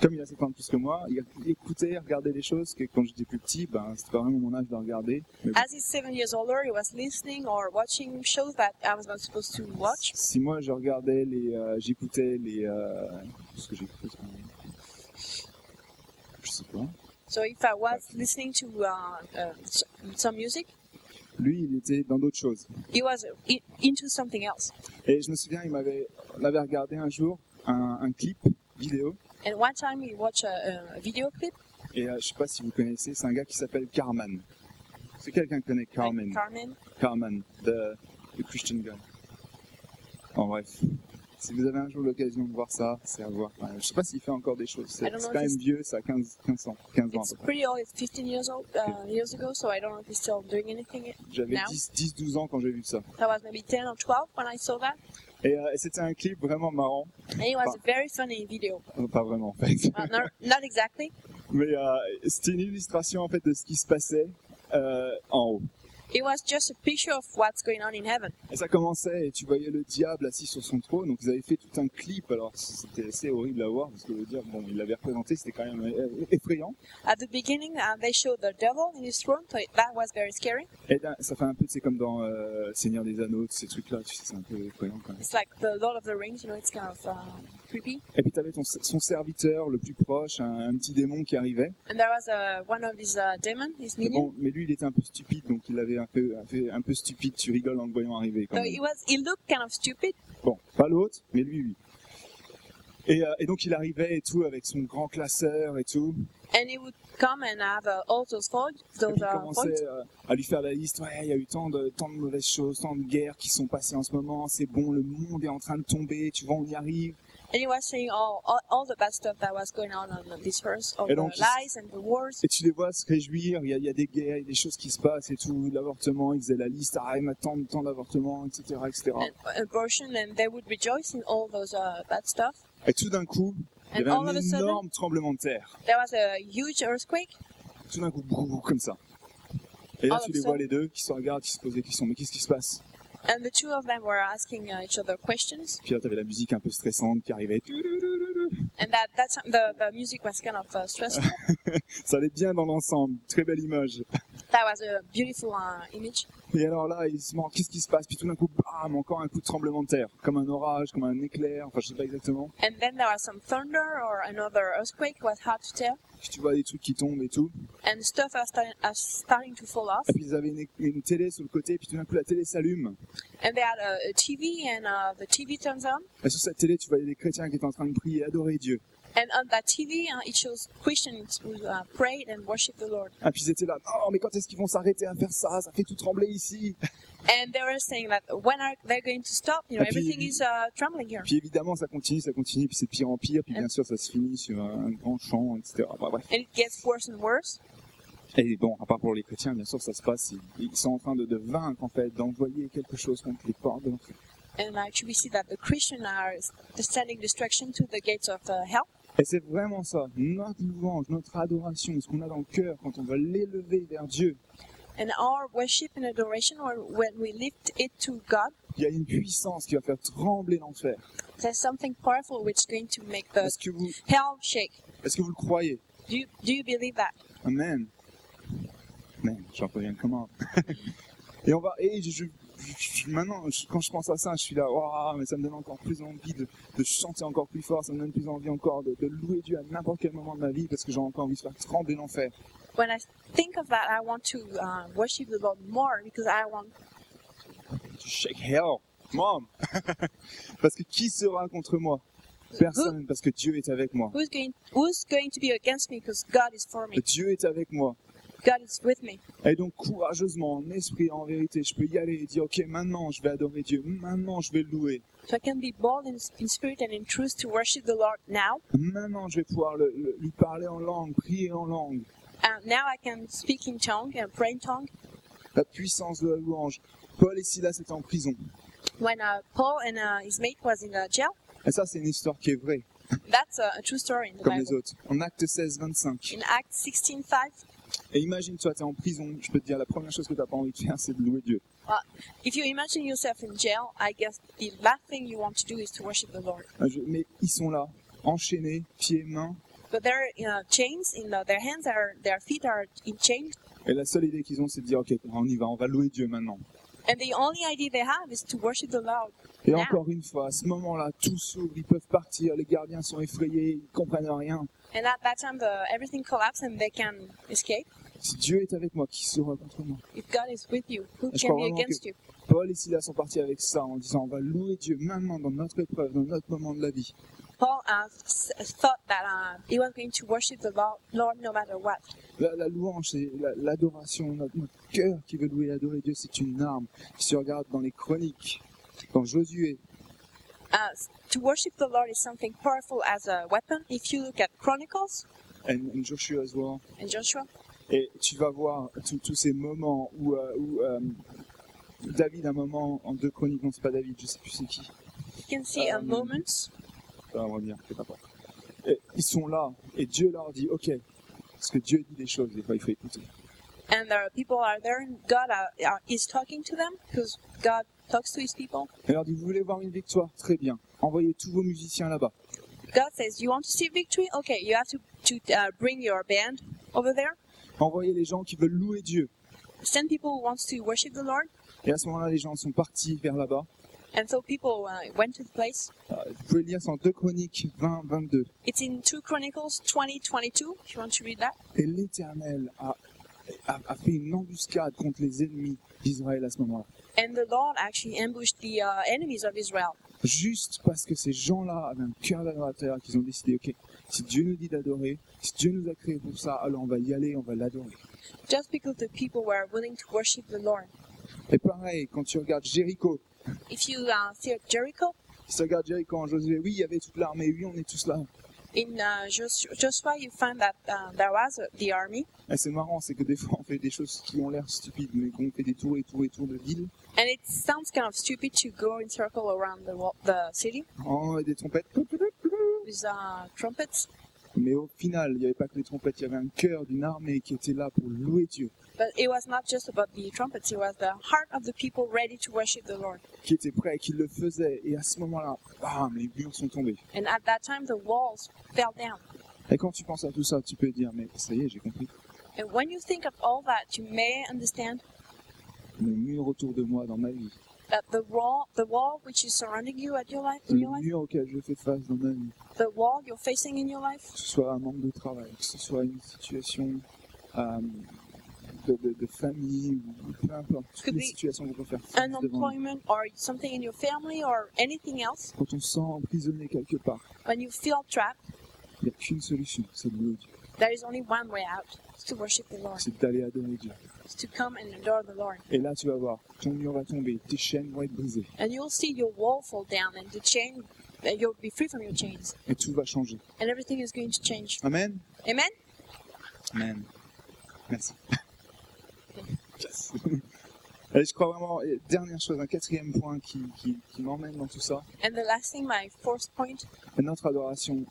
Speaker 1: comme il a 7 ans de plus que moi, il, il écoutait, regardait des choses que quand j'étais plus petit, ben, c'était pas vraiment mon âge de regarder. Mais bon,
Speaker 2: As he's seven years older, he was listening or watching shows that I was not supposed to watch.
Speaker 1: si moi je regardais les, euh, j'écoutais les, euh, ce que j'écoutais, c'est pas- je sais pas.
Speaker 2: So if I was listening to uh, uh, s- some music,
Speaker 1: Lui, il était dans d'autres choses.
Speaker 2: he was i- into something else.
Speaker 1: Et je me souviens, il m'avait, on avait regardé un jour un, un clip vidéo.
Speaker 2: And one time he watched a, a video clip,
Speaker 1: Et euh, je sais pas si vous connaissez, c'est un gars qui s'appelle Carman. C'est quelqu'un qui connaît
Speaker 2: like
Speaker 1: Carmen.
Speaker 2: Carmen,
Speaker 1: Carman, the, the Christian guy. En bref, si vous avez un jour l'occasion de voir ça, c'est à voir. Enfin, je sais pas s'il fait encore des choses. C'est
Speaker 2: I don't
Speaker 1: c'est
Speaker 2: know
Speaker 1: quand
Speaker 2: if
Speaker 1: même
Speaker 2: it's-
Speaker 1: vieux, ça a 15, 15 ans. 15 ans à
Speaker 2: It's
Speaker 1: peu près.
Speaker 2: pretty old. It's 15 years old uh, years ago, so I don't know if he's still doing anything.
Speaker 1: J'avais
Speaker 2: now.
Speaker 1: 10, 10, 12 ans quand j'ai vu ça.
Speaker 2: I was maybe 10 or 12 when I saw that,
Speaker 1: Et, euh, et c'était un clip vraiment marrant.
Speaker 2: and it was a very funny video.
Speaker 1: Enfin, pas vraiment en fait.
Speaker 2: Well, not, not exactly.
Speaker 1: Mais euh, c'était une illustration en fait de ce qui se passait euh, en haut.
Speaker 2: It was just a picture of what's going on in heaven,
Speaker 1: Et ça commençait et tu voyais le diable assis sur son trône. Donc ils avaient fait tout un clip. Alors c'était assez horrible à voir parce que le diable, bon, il l'avait représenté, c'était quand même euh, effrayant.
Speaker 2: at the beginning, uh, they showed the devil in his throne, so it, that was very scary.
Speaker 1: Et d'un- Eh ben, ça fait un peu, c'est comme dans euh, Seigneur des Anneaux, tous ces trucs-là. Tu sais, c'est un peu effrayant quand même.
Speaker 2: It's like the Lord of the Rings, you know. It's kind of uh, creepy.
Speaker 1: Et puis t'avais ton, son serviteur le plus proche, un, un petit démon qui arrivait.
Speaker 2: And there was uh, one of his uh, demon, his
Speaker 1: Mais
Speaker 2: minion.
Speaker 1: bon, mais lui, il était un peu stupide, donc il avait un peu, un peu, un peu stupide. Tu rigoles en le voyant arriver. Quand
Speaker 2: So
Speaker 1: même.
Speaker 2: it was. He looked kind of stupid.
Speaker 1: Bon, pas l'autre, mais lui, oui. Et, euh, et donc il arrivait et tout avec son grand classeur et tout.
Speaker 2: And he would come and have uh, all those points,
Speaker 1: Et
Speaker 2: those
Speaker 1: puis il
Speaker 2: uh, points,
Speaker 1: commençait euh, à lui faire la liste. Ouais, il y a eu tant de, tant de mauvaises choses, tant de guerres qui sont passées en ce moment. C'est bon, le monde est en train de tomber. Tu vois, on y arrive.
Speaker 2: And he was saying all, all, all the bad stuff that was going on on this earth, all
Speaker 1: Et
Speaker 2: the
Speaker 1: donc, il-
Speaker 2: lies and the wars.
Speaker 1: Et tu les vois se réjouir. Il y a, il y a des guerres, il y a des choses qui se passent et tout. L'avortement, ils faisaient la liste. Ah, il y a tant, tant d'avortements, etc., etc.
Speaker 2: And abortion, and they would rejoice in all those uh, bad stuff.
Speaker 1: Et tout d'un coup, il y
Speaker 2: And
Speaker 1: avait
Speaker 2: all
Speaker 1: un
Speaker 2: of a sudden,
Speaker 1: énorme tremblement de terre.
Speaker 2: there was a huge earthquake.
Speaker 1: Tout d'un coup, brou, brou, comme ça. Et là,
Speaker 2: All
Speaker 1: tu
Speaker 2: of
Speaker 1: les
Speaker 2: a
Speaker 1: vois
Speaker 2: sudden.
Speaker 1: les deux qui se regardent, qui se posent des questions. Mais qu'est-ce qui se passe
Speaker 2: And the two of them were asking uh, each other questions.
Speaker 1: Puis là, t'avais la musique un peu stressante qui arrivait.
Speaker 2: And that, that time, the, the music was kind of uh, stressful.
Speaker 1: Ça allait bien dans l'ensemble. Très belle image.
Speaker 2: That was a beautiful uh, image.
Speaker 1: Et alors là, il se demande qu'est-ce qui se passe. Puis tout d'un coup, bam, encore un coup de tremblement de terre. Comme un orage, comme un éclair. Enfin, je sais pas exactement.
Speaker 2: And then there was some thunder or another earthquake, was hard to tell.
Speaker 1: Puis tu vois des trucs qui tombent et tout.
Speaker 2: And stuff are, starting are starting to fall off.
Speaker 1: Et puis ils avaient une, une télé sur le côté. Puis tout d'un coup, la télé s'allume.
Speaker 2: And they had a, a TV, and uh, the TV turns on.
Speaker 1: Et sur cette télé, tu voyais des chrétiens qui étaient en train de prier, adorer Dieu.
Speaker 2: And on that TV, uh, it shows Christians who uh, prayed and worship the Lord.
Speaker 1: Et puis ils étaient là. Oh, mais quand est-ce qu'ils vont s'arrêter à faire ça Ça fait tout trembler ici.
Speaker 2: And they were saying that when are they going to stop? You know,
Speaker 1: Ah, puis-
Speaker 2: everything is uh, trembling here.
Speaker 1: Puis évidemment, ça continue, ça continue. Puis c'est de pire en pire. Puis bien sûr, ça se finit sur un, un grand chant, etc. Bah, bref.
Speaker 2: And it gets worse and worse.
Speaker 1: Et bon, à part pour les chrétiens, bien sûr, ça se passe. Ils, ils sont en train de, de vaincre, en fait, d'envoyer quelque chose contre les portes de l'enfer.
Speaker 2: And actually, we see that the Christians are sending destruction to the gates of uh, hell.
Speaker 1: Et c'est vraiment ça, notre louange, notre adoration, ce qu'on a dans le cœur quand on va l'élever vers Dieu.
Speaker 2: And our worship and adoration, or when we lift it to God,
Speaker 1: Il y a une puissance qui va faire trembler l'enfer.
Speaker 2: there's something powerful which is going to make the
Speaker 1: Est-ce que vous,
Speaker 2: hell shake.
Speaker 1: est-ce que vous le croyez
Speaker 2: Do you, do you believe that?
Speaker 1: Amen. Amen. J'en reviens comment Et on va, et je, je- je- maintenant, je- quand je pense à ça, je suis là, waouh, mais ça me donne encore plus envie de, de chanter encore plus fort, ça me donne plus envie encore de, de louer Dieu à n'importe quel moment de ma vie parce que j'ai encore envie de faire trembler l'enfer.
Speaker 2: When I think of that, I want to uh, worship the Lord more because I want
Speaker 1: Shake hell, mom. parce que qui sera contre moi Personne, parce que Dieu est avec moi.
Speaker 2: who's going who's going to be against me because God is for me.
Speaker 1: Dieu est avec moi.
Speaker 2: God is with me.
Speaker 1: Et donc courageusement, en esprit, en vérité, je peux y aller et dire, ok, maintenant je vais adorer Dieu, maintenant je vais le louer,
Speaker 2: So I can be bold in, in spirit and in truth to worship the Lord now.
Speaker 1: maintenant je vais pouvoir le- le- lui parler en langue, prier en langue.
Speaker 2: Uh, now I can speak in tongue and pray in tongue.
Speaker 1: La puissance de la louange. Paul et Silas étaient en prison.
Speaker 2: When uh, Paul and uh, his mate was in uh, jail,
Speaker 1: Et ça, c'est une histoire qui est vraie,
Speaker 2: that's uh, a true story in the
Speaker 1: comme les
Speaker 2: Bible.
Speaker 1: autres. En acte 16, 25.
Speaker 2: In Acts 16:5,
Speaker 1: Et imagine, toi, t'es en prison, je peux te dire, la première chose que t'as pas envie de faire, c'est de louer Dieu.
Speaker 2: if you imagine yourself in jail, I guess the last thing you want to do is to worship the Lord.
Speaker 1: Euh, je- Mais ils sont là, enchaînés, pieds et mains.
Speaker 2: But their uh, chains, in uh, their hands are, their feet are in chains,
Speaker 1: Et la seule idée qu'ils ont, c'est de dire, ok, bah, on y va, on va louer Dieu maintenant.
Speaker 2: and the only idea they have is to worship the Lord.
Speaker 1: Et encore une fois, à ce moment-là, tout s'ouvre, ils peuvent partir, les gardiens sont effrayés, ils comprennent rien.
Speaker 2: And at that time, the, everything collapses and they can escape.
Speaker 1: Si Dieu est avec moi, qui sera contre moi
Speaker 2: If God is with you, who
Speaker 1: Je
Speaker 2: can
Speaker 1: crois
Speaker 2: be
Speaker 1: vraiment
Speaker 2: against you?
Speaker 1: Paul et Silas sont partis avec ça en disant on va louer Dieu maintenant dans notre épreuve, dans notre moment de la vie.
Speaker 2: Paul uh, s- thought that uh, he was going to worship the Lo- Lord no matter what.
Speaker 1: La, la louange, c'est la- l'adoration, notre, notre cœur qui veut louer et adorer Dieu, c'est une arme. Si tu regardes dans les chroniques, dans Josué,
Speaker 2: Uh, s- to worship the Lord is something powerful as a weapon. If you look at Chronicles
Speaker 1: and, and Joshua as well,
Speaker 2: and Joshua,
Speaker 1: et tu vas voir tous- tous ces moments où, euh, où, euh, David, un moment en deux chroniques, non c'est pas David, je sais plus c'est qui,
Speaker 2: you can see a
Speaker 1: Um,
Speaker 2: moment
Speaker 1: ça va revenir, c'est pas grave. Et Ils sont là et Dieu leur dit ok, parce que Dieu dit des choses, des fois il faut écouter.
Speaker 2: and there are people are there and God uh, uh, is talking to them because God talks to his people.
Speaker 1: Elle leur dit, vous voulez voir une victoire Très bien. Envoyez tous vos musiciens là-bas.
Speaker 2: God says, "You want to see victory? Okay, you have to to uh, bring your band over there.
Speaker 1: Envoyez les gens qui veulent louer Dieu.
Speaker 2: Send people who wants to worship the Lord."
Speaker 1: Et à ce moment-là, les gens sont partis vers là-bas.
Speaker 2: And so people uh, went to the place.
Speaker 1: Euh, Vous pouvez le lire, c'est en 2 Chroniques 20, 22.
Speaker 2: It's in 2 Chronicles 20, 22, if you want to read that.
Speaker 1: Et l'Éternel a, a, a fait une embuscade contre les ennemis d'Israël à ce moment-là.
Speaker 2: And the Lord actually ambushed the uh, enemies of Israel
Speaker 1: Juste parce que ces gens-là avaient un cœur d'adorateur, qu'ils ont décidé, ok, si Dieu nous dit d'adorer, si Dieu nous a créés pour ça, alors on va y aller, on va l'adorer.
Speaker 2: just because the people were willing to worship the Lord.
Speaker 1: Et pareil, quand tu regardes Jéricho,
Speaker 2: If you uh, see at Jericho,
Speaker 1: si tu regardes Jéricho en Josué, oui, il y avait toute l'armée, oui, on est tous là.
Speaker 2: in uh, Jos- Joshua, you find that uh, there was uh, the army.
Speaker 1: Et c'est marrant, c'est que des fois on fait des choses qui ont l'air stupides, mais qu'on fait des tours et tours et tours de ville.
Speaker 2: And it sounds kind of stupid to go in circle around the, wa- the city
Speaker 1: Oh, et des trompettes.
Speaker 2: with uh, trumpets.
Speaker 1: Mais au final, il n'y avait pas que les trompettes, il y avait un cœur d'une armée qui était là pour louer Dieu,
Speaker 2: But it was not just about the trumpets, it was the heart of the people ready to worship the Lord.
Speaker 1: qui était prêt, qui le faisait. Et à ce moment-là, bam, les murs sont tombés.
Speaker 2: And at that time, the walls fell down.
Speaker 1: Et quand tu penses à tout ça, tu peux dire, mais ça y est, j'ai compris.
Speaker 2: And when you think of all that, you may understand
Speaker 1: Le mur autour de moi dans ma vie,
Speaker 2: that the wall, the wall which is surrounding you at your life, in your
Speaker 1: le
Speaker 2: life,
Speaker 1: mur auquel je fais face dans ma vie,
Speaker 2: the wall you're facing in your life,
Speaker 1: que ce soit un manque de travail, que ce soit une situation euh, de, de- de famille, ou peu importe, toutes les
Speaker 2: Oui.
Speaker 1: situations qu'on peut faire face devant nous.
Speaker 2: unemployment, or something in your family, or anything else,
Speaker 1: Quand on se sent emprisonné quelque part,
Speaker 2: when you feel trapped,
Speaker 1: il n'y a qu'une solution, c'est de louer Dieu,
Speaker 2: there is only one way out: it's to worship the Lord,
Speaker 1: c'est d'aller adorer Dieu.
Speaker 2: it's to come and adore the Lord.
Speaker 1: Et là, Ah, tu vas voir, ton mur va tomber, tes chaînes vont être brisées,
Speaker 2: And you'll see your wall fall down, and the chain, uh, you'll be free from your chains,
Speaker 1: et tout va changer.
Speaker 2: and everything is going to change.
Speaker 1: Amen
Speaker 2: Amen.
Speaker 1: Amen. Merci. Yes. Allez, je crois vraiment, et dernière chose, un quatrième point qui, qui, qui m'emmène dans tout ça,
Speaker 2: And the last thing, my fourth point,
Speaker 1: notre adoration,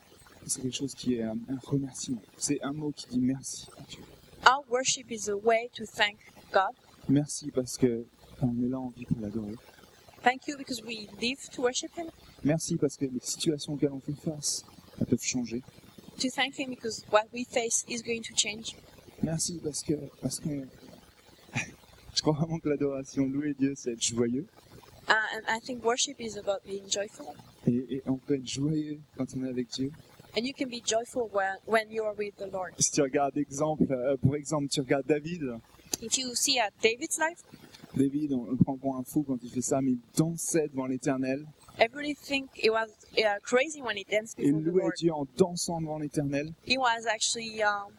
Speaker 1: c'est quelque chose qui est un, un remerciement. C'est un mot qui dit merci à Dieu.
Speaker 2: our worship is a way to thank God.
Speaker 1: Merci parce que on est là en vie pour l'adorer.
Speaker 2: Thank you because we live to worship Him.
Speaker 1: Merci parce que les situations auxquelles on fait face, elles peuvent changer.
Speaker 2: To thank Him because what we face is going to change.
Speaker 1: Merci parce que, parce que je crois vraiment que l'adoration, louer Dieu, c'est être joyeux.
Speaker 2: Uh, and I think worship is about being joyful.
Speaker 1: Et, et on peut être joyeux quand on est avec Dieu.
Speaker 2: And you can be joyful when, when you are with the Lord.
Speaker 1: Si tu regardes exemple, euh, pour exemple, tu regardes David.
Speaker 2: If you see at David's life,
Speaker 1: David, on le prend pour un fou quand il fait ça, mais il dansait devant l'Éternel.
Speaker 2: everybody think it was uh, crazy when he danced
Speaker 1: Il
Speaker 2: before the
Speaker 1: louait
Speaker 2: Lord.
Speaker 1: Dieu en dansant devant l'Éternel.
Speaker 2: He was actually um,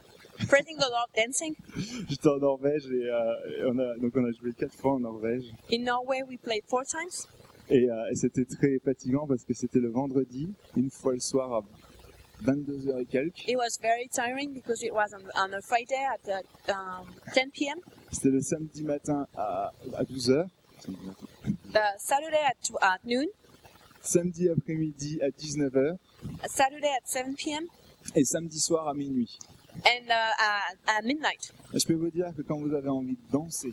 Speaker 2: praising the Lord, dancing.
Speaker 1: J'étais en Norvège et, euh, et on a, donc on a joué quatre fois en Norvège.
Speaker 2: In Norway, we played four times,
Speaker 1: Et, euh, et c'était très fatigant parce que c'était le vendredi, une fois le soir à 22h et quelques.
Speaker 2: It was very tiring because it was on, on a Friday at uh, um, 10 p.m.,
Speaker 1: C'était le samedi matin à, à 12h.
Speaker 2: uh, Saturday at, tw- at noon,
Speaker 1: Samedi après-midi à 19h.
Speaker 2: uh, Saturday at 7 p.m.,
Speaker 1: Et samedi soir à minuit.
Speaker 2: and uh, at, at midnight.
Speaker 1: Je peux vous dire que quand vous avez envie de danser,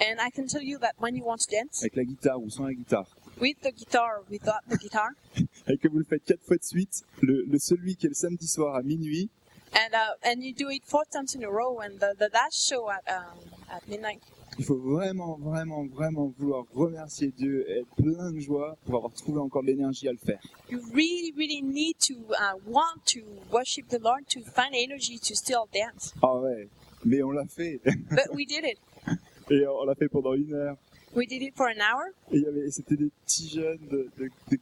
Speaker 2: And I can tell you that when you want to dance
Speaker 1: avec la guitare ou sans la guitare,
Speaker 2: with the guitar or without the guitar,
Speaker 1: et que vous le faites quatre fois de suite, le, le celui qui est le samedi soir à minuit,
Speaker 2: and uh, and you do it four times in a row, and the, the last show at um, at midnight,
Speaker 1: il faut vraiment, vraiment, vraiment vouloir remercier Dieu et être plein de joie pour avoir trouvé encore de l'énergie à le faire.
Speaker 2: you really really need to uh, want to worship the Lord to find energy to still dance.
Speaker 1: Ah ouais, mais on l'a fait,
Speaker 2: But we did it.
Speaker 1: et on l'a fait pendant une heure.
Speaker 2: We did it for an hour.
Speaker 1: Et il y avait- c'était des petits jeunes de, de, de-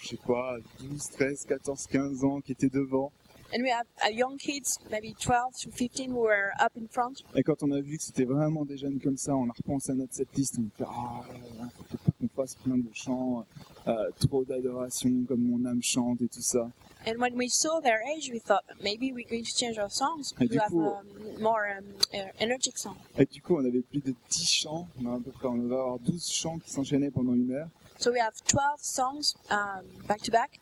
Speaker 1: je sais pas, 12, 13, 14, 15 ans qui étaient devant.
Speaker 2: And we have uh, young kids, maybe 12 to 15, who were up in front.
Speaker 1: Et quand on a vu que c'était vraiment des jeunes comme ça, on a repensé à notre setlist, on a fait « Ah, ouais, ouais, faut pas qu'on fasse plein de chants, euh, trop d'adoration, comme mon âme chante et tout ça. »
Speaker 2: And when we saw their age, we thought maybe we're going to change our songs
Speaker 1: Et
Speaker 2: to
Speaker 1: du
Speaker 2: have
Speaker 1: coup-
Speaker 2: um, more um, uh, energetic song.
Speaker 1: Et du coup, on avait plus de 10 chants, on a à peu près, on devait avoir 12 chants qui s'enchaînaient pendant une heure.
Speaker 2: So we have 12 songs um, back to back,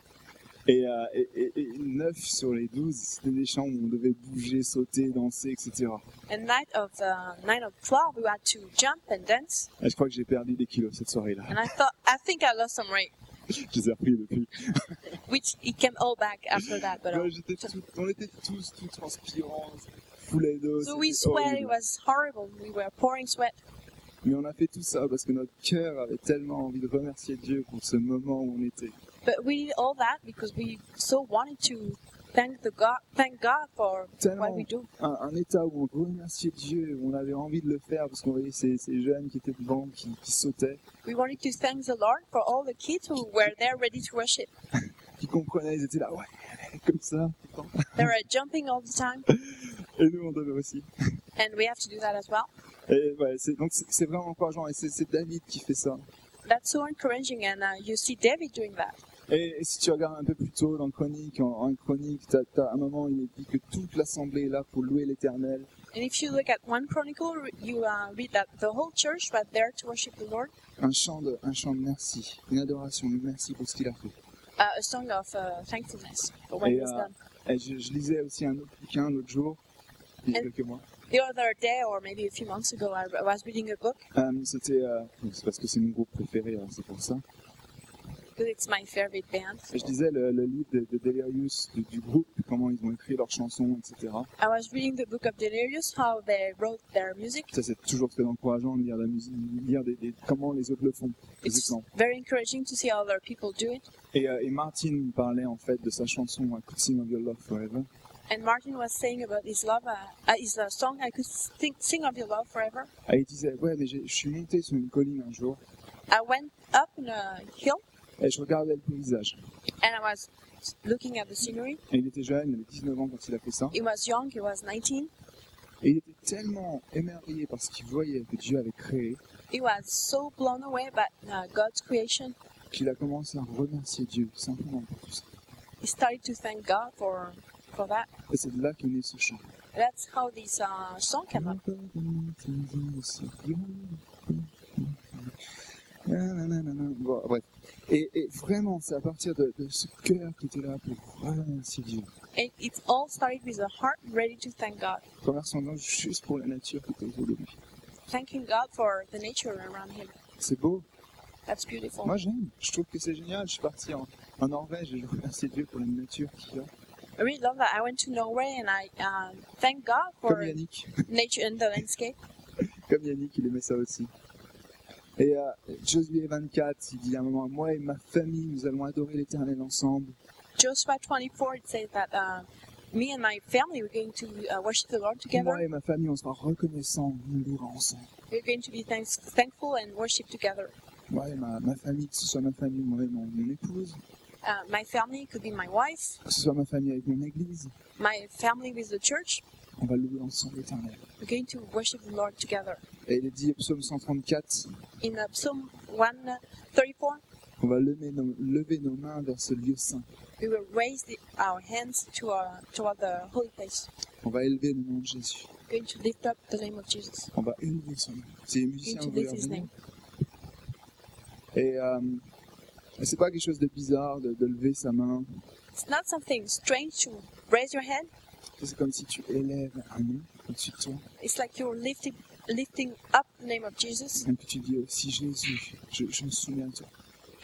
Speaker 1: Et, euh, et, et, 9 sur les 12, c'était des chants où on devait bouger, sauter, danser, etc.
Speaker 2: and night of uh, nine of 12, we had to jump and dance.
Speaker 1: Et Ah, je crois que j'ai perdu des kilos cette soirée-là.
Speaker 2: And I thought, I think I lost some weight,
Speaker 1: Je les ai repris depuis.
Speaker 2: which it came all back after that. But uh,
Speaker 1: Ouais, j'étais tout- on était tous, tout transpirants, foulés d'eau.
Speaker 2: so we
Speaker 1: oh, c'était
Speaker 2: sweat, it
Speaker 1: horrible.
Speaker 2: was horrible. We were pouring sweat,
Speaker 1: Mais on a fait tout ça parce que notre cœur avait tellement envie de remercier Dieu pour ce moment où on était.
Speaker 2: but we did all that because we so wanted to thank the God, thank God for what
Speaker 1: Tellement
Speaker 2: we do.
Speaker 1: un, un état où on remerciait Dieu, où on avait envie de le faire parce qu'on voyait ces, ces jeunes qui étaient devant, qui- qui sautaient.
Speaker 2: We wanted to thank the Lord for all the kids who were there ready to worship.
Speaker 1: qui comprenaient, ils étaient là, ouais, comme ça.
Speaker 2: They were uh, jumping all the time,
Speaker 1: Et nous, on devait aussi.
Speaker 2: and we have to do that as well.
Speaker 1: Et ouais, c'est, donc c'est, c'est vraiment encourageant. Et c'est, c'est David qui fait ça.
Speaker 2: That's so encouraging, and uh, you see David doing that.
Speaker 1: Et, et si tu regardes un peu plus tôt dans Chronique, en, en Chronique, t'as, t'as un moment, il est dit que toute l'assemblée est là pour louer l'Éternel.
Speaker 2: And if you look at one chronicle, you uh, read that the whole church was there to worship the Lord.
Speaker 1: Un chant de, un chant de merci, une adoration, une merci pour ce qu'il a fait.
Speaker 2: Uh, a song of uh, thankfulness for what
Speaker 1: Et,
Speaker 2: was
Speaker 1: euh,
Speaker 2: done.
Speaker 1: Et je, je lisais aussi un autre bouquin l'autre jour, il y a
Speaker 2: Et-
Speaker 1: quelques mois.
Speaker 2: The other day, or maybe a few months ago, I I was reading a book.
Speaker 1: Euh, c'était, euh, c'est parce que c'est mon groupe préféré, hein, c'est pour ça.
Speaker 2: because it's my favorite band.
Speaker 1: Et je disais le, le livre de, de Delirious du, du groupe, comment ils ont écrit leurs chansons, etc.
Speaker 2: I was reading the book of Delirious, how they wrote their music.
Speaker 1: Ça, c'est toujours très encourageant de lire la musique, de lire des, des- comment les autres le font, des
Speaker 2: It's
Speaker 1: exemples.
Speaker 2: very encouraging to see how other people do it.
Speaker 1: Et, euh, et Martin me parlait en fait de sa chanson I Could Sing of Your Love Forever. and
Speaker 2: And Martin was saying about his love, uh, uh, his uh, song, I could think, sing of your love forever.
Speaker 1: il disait Ouais, mais j'ai- je suis monté sur une colline un jour
Speaker 2: I went up in a hill
Speaker 1: et je regardais le paysage.
Speaker 2: and I was looking at the scenery.
Speaker 1: Et il était jeune, il avait 19 ans quand il a fait ça.
Speaker 2: He was young, he was 19.
Speaker 1: Et il était tellement émerveillé par ce qu'il voyait que Dieu avait créé
Speaker 2: He was so blown away by uh, God's creation.
Speaker 1: qu'il a commencé à remercier Dieu tout simplement pour tout ça.
Speaker 2: He started to thank God for for that.
Speaker 1: Et c'est de là qu'est né ce chant.
Speaker 2: That's how this uh, song came up.
Speaker 1: Bon, bref. Et, et vraiment, c'est à partir de, de ce cœur qui était là pour remercier Dieu.
Speaker 2: It, it all started with a heart ready to thank God,
Speaker 1: Remerciant Dieu juste pour la nature qui était autour de lui.
Speaker 2: thanking God for the nature around him.
Speaker 1: C'est beau.
Speaker 2: That's beautiful.
Speaker 1: Moi, j'aime. Je trouve que c'est génial. Je suis parti en, en Norvège et je remercie Dieu pour la nature qu'il y a.
Speaker 2: I really love that. I went to Norway and I uh, thank God
Speaker 1: Comme
Speaker 2: for
Speaker 1: Yannick.
Speaker 2: nature and the landscape.
Speaker 1: Comme Yannick, il aimait ça aussi. Et euh, Josué 24, il dit à un moment, moi et ma famille, nous allons adorer l'Éternel ensemble.
Speaker 2: Joshua 24, it says that uh, me and my family, we're going to uh, worship the Lord
Speaker 1: Moi
Speaker 2: together.
Speaker 1: et ma famille, on sera reconnaissants, on louera ensemble.
Speaker 2: We're going to be thanks- thankful and worship together.
Speaker 1: Moi et ma, ma famille, que ce soit ma famille, moi et mon, mon épouse,
Speaker 2: Uh, my family could be my wife,
Speaker 1: que ce soit ma famille avec mon église,
Speaker 2: my family with the church.
Speaker 1: on va louer ensemble l'Éternel.
Speaker 2: We're going to worship the Lord together.
Speaker 1: Et il est dit au psaume 134,
Speaker 2: In uh, Psalm 134,
Speaker 1: on va lever nos, lever nos mains vers ce lieu saint.
Speaker 2: we will raise the, our hands to our, toward the holy place.
Speaker 1: On va élever le nom de Jésus.
Speaker 2: We're going to lift up the name of Jesus.
Speaker 1: On va élever son nom. C'est les
Speaker 2: We're
Speaker 1: musiciens
Speaker 2: going
Speaker 1: vous
Speaker 2: to lift
Speaker 1: voulez
Speaker 2: his name.
Speaker 1: Et euh, c'est pas quelque chose de bizarre de, de lever sa main.
Speaker 2: It's not something strange to raise your hand.
Speaker 1: C'est comme si tu élèves un nom au-dessus de toi
Speaker 2: It's like you're lifting, lifting up the name of Jesus
Speaker 1: et que tu dis aussi Jésus, je, je me soumets à toi,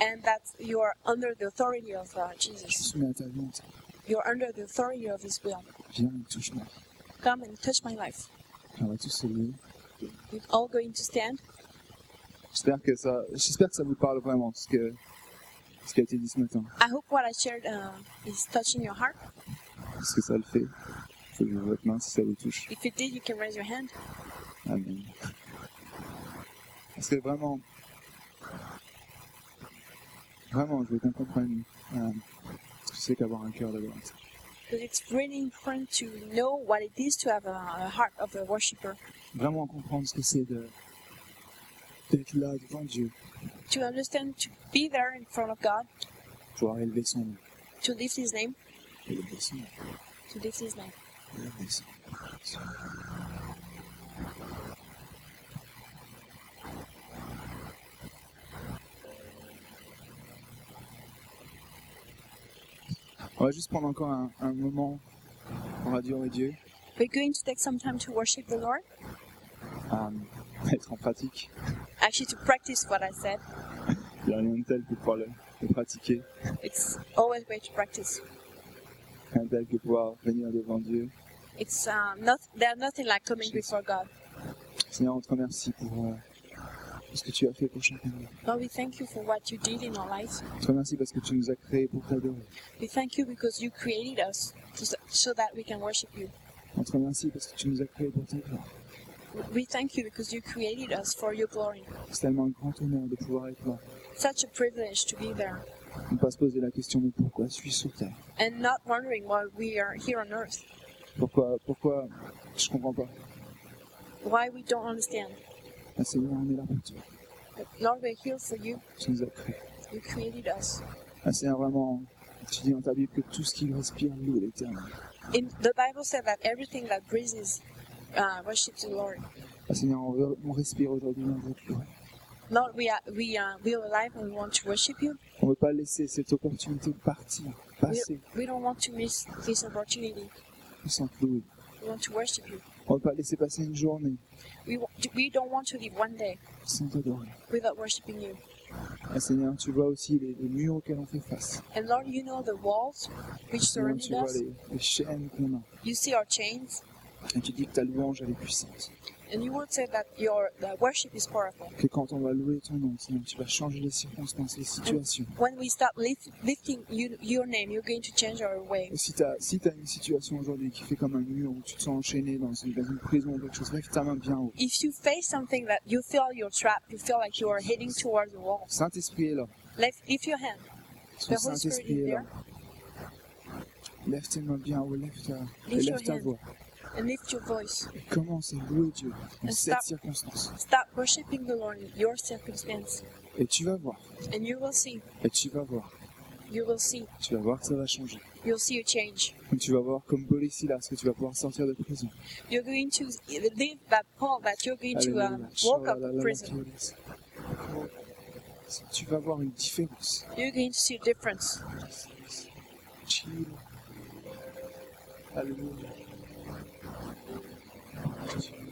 Speaker 2: and that you are under the authority of uh,
Speaker 1: je me
Speaker 2: Jesus.
Speaker 1: soumets à ta volonté.
Speaker 2: You're under the authority of his will.
Speaker 1: Viens et touche-moi.
Speaker 2: Come and touch my life.
Speaker 1: On va tous se lever.
Speaker 2: We're all going to stand.
Speaker 1: J'espère que ça, j'espère que ça vous parle vraiment ce que ce qui a été dit ce matin,
Speaker 2: I hope what I shared uh, is touching your heart.
Speaker 1: parce que ça le fait. Levez votre main si ça vous touche.
Speaker 2: If it did, you can raise your hand.
Speaker 1: Amen. Parce que vraiment, vraiment, je veux qu'on comprenne euh, ce que c'est qu'avoir un cœur de volonté.
Speaker 2: Because it's really important to know what it is to have a, a heart of a worshiper,
Speaker 1: Vraiment comprendre ce que c'est de d'être là devant Dieu,
Speaker 2: to understand to be there in front of God,
Speaker 1: pouvoir élever son nom,
Speaker 2: to lift His name,
Speaker 1: élever son nom.
Speaker 2: to lift His name.
Speaker 1: On va juste prendre encore un, un moment pour adorer Dieu,
Speaker 2: We're going to take some time to worship the Lord,
Speaker 1: à être en pratique.
Speaker 2: actually to practice what I said.
Speaker 1: Il n'y a rien de tel que pouvoir le, le pratiquer,
Speaker 2: It's always great to practice.
Speaker 1: rien de tel que pouvoir venir devant Dieu.
Speaker 2: It's uh, not there's nothing like coming before God.
Speaker 1: Seigneur, on te remercie pour, euh, pour ce que tu as fait pour chacun de nous.
Speaker 2: Lord, we thank you for what you did in our lives.
Speaker 1: On te remercie parce que tu nous as créés pour t'adorer.
Speaker 2: We thank you because you created us to, so that we can worship you.
Speaker 1: On te remercie parce que tu nous as créés pour ta gloire.
Speaker 2: We thank you because you created us for your glory.
Speaker 1: C'est tellement un grand honneur de pouvoir être là.
Speaker 2: Such a privilege to be there.
Speaker 1: On ne pas se poser la question de pourquoi suis-je sur terre
Speaker 2: and not wondering why we are here on earth,
Speaker 1: Pourquoi Pourquoi Je comprends pas.
Speaker 2: why we don't understand.
Speaker 1: Ah, Seigneur, on est là pour toi.
Speaker 2: But Lord, we're here for you.
Speaker 1: Tu nous as créés.
Speaker 2: You created us.
Speaker 1: Ah, Seigneur, vraiment, tu dis dans ta Bible que tout ce qui respire loue l'éternel.
Speaker 2: In the Bible said that everything that breathes uh, worships the Lord.
Speaker 1: Ah, Seigneur, on, veut- on respire aujourd'hui dans votre gloire.
Speaker 2: Lord, we are we are we are alive and we want to worship you.
Speaker 1: On ne veut pas laisser cette opportunité partir,
Speaker 2: We,
Speaker 1: passer,
Speaker 2: we don't want to miss this opportunity.
Speaker 1: sans louer.
Speaker 2: We want to worship you.
Speaker 1: On ne veut pas laisser passer une journée
Speaker 2: We wa- we don't want to live one day
Speaker 1: sans t'adorer.
Speaker 2: without worshiping you.
Speaker 3: Ah, Seigneur, tu vois aussi les, les murs auxquels on fait face.
Speaker 2: And Lord, you know the walls which
Speaker 3: Seigneur, tu
Speaker 2: surrounded
Speaker 3: vois
Speaker 2: us.
Speaker 3: les, les chaînes qu'on a.
Speaker 2: You see our chains,
Speaker 3: Et tu dis que ta louange, elle est puissante.
Speaker 2: and you would say that your that worship is powerful.
Speaker 3: Que quand on va louer ton nom, Seigneur, tu vas changer les circonstances, les situations.
Speaker 2: When we start lift, lifting you, your name, you're going to change our way.
Speaker 3: Et si tu as, si t'as une situation aujourd'hui qui fait comme un mur, où tu te sens enchaîné dans une, dans une prison ou quelque chose, lève ta main bien haut.
Speaker 2: If you face something that you feel you're trapped, you feel like you are heading towards the wall,
Speaker 3: Saint-Esprit est là.
Speaker 2: lift, lift your hand.
Speaker 3: Son
Speaker 2: The Holy
Speaker 3: Saint-Esprit est
Speaker 2: Spirit
Speaker 3: là. Lève tes mains bien haut, lève ta, et
Speaker 2: Lift
Speaker 3: lève
Speaker 2: your
Speaker 3: ta
Speaker 2: hand.
Speaker 3: voix.
Speaker 2: and lift your voice.
Speaker 3: Et commence à louer Dieu dans
Speaker 2: And
Speaker 3: cette
Speaker 2: stop.
Speaker 3: circonstance.
Speaker 2: Start worshiping the Lord in your circumstance,
Speaker 3: Et tu vas voir,
Speaker 2: and you will see,
Speaker 3: et tu vas voir,
Speaker 2: you will see,
Speaker 3: tu vas voir que ça va changer.
Speaker 2: you'll see a change.
Speaker 3: Et tu vas voir comme Paul et Silas que tu vas pouvoir sortir de prison.
Speaker 2: You're going to live that Paul that you're going to
Speaker 3: Alléluia.
Speaker 2: um, walk out of
Speaker 3: Shalalala,
Speaker 2: prison.
Speaker 3: Kyrios. Tu vas voir une différence.
Speaker 2: You're going to see a difference.
Speaker 3: Chill. Alléluia. Chill.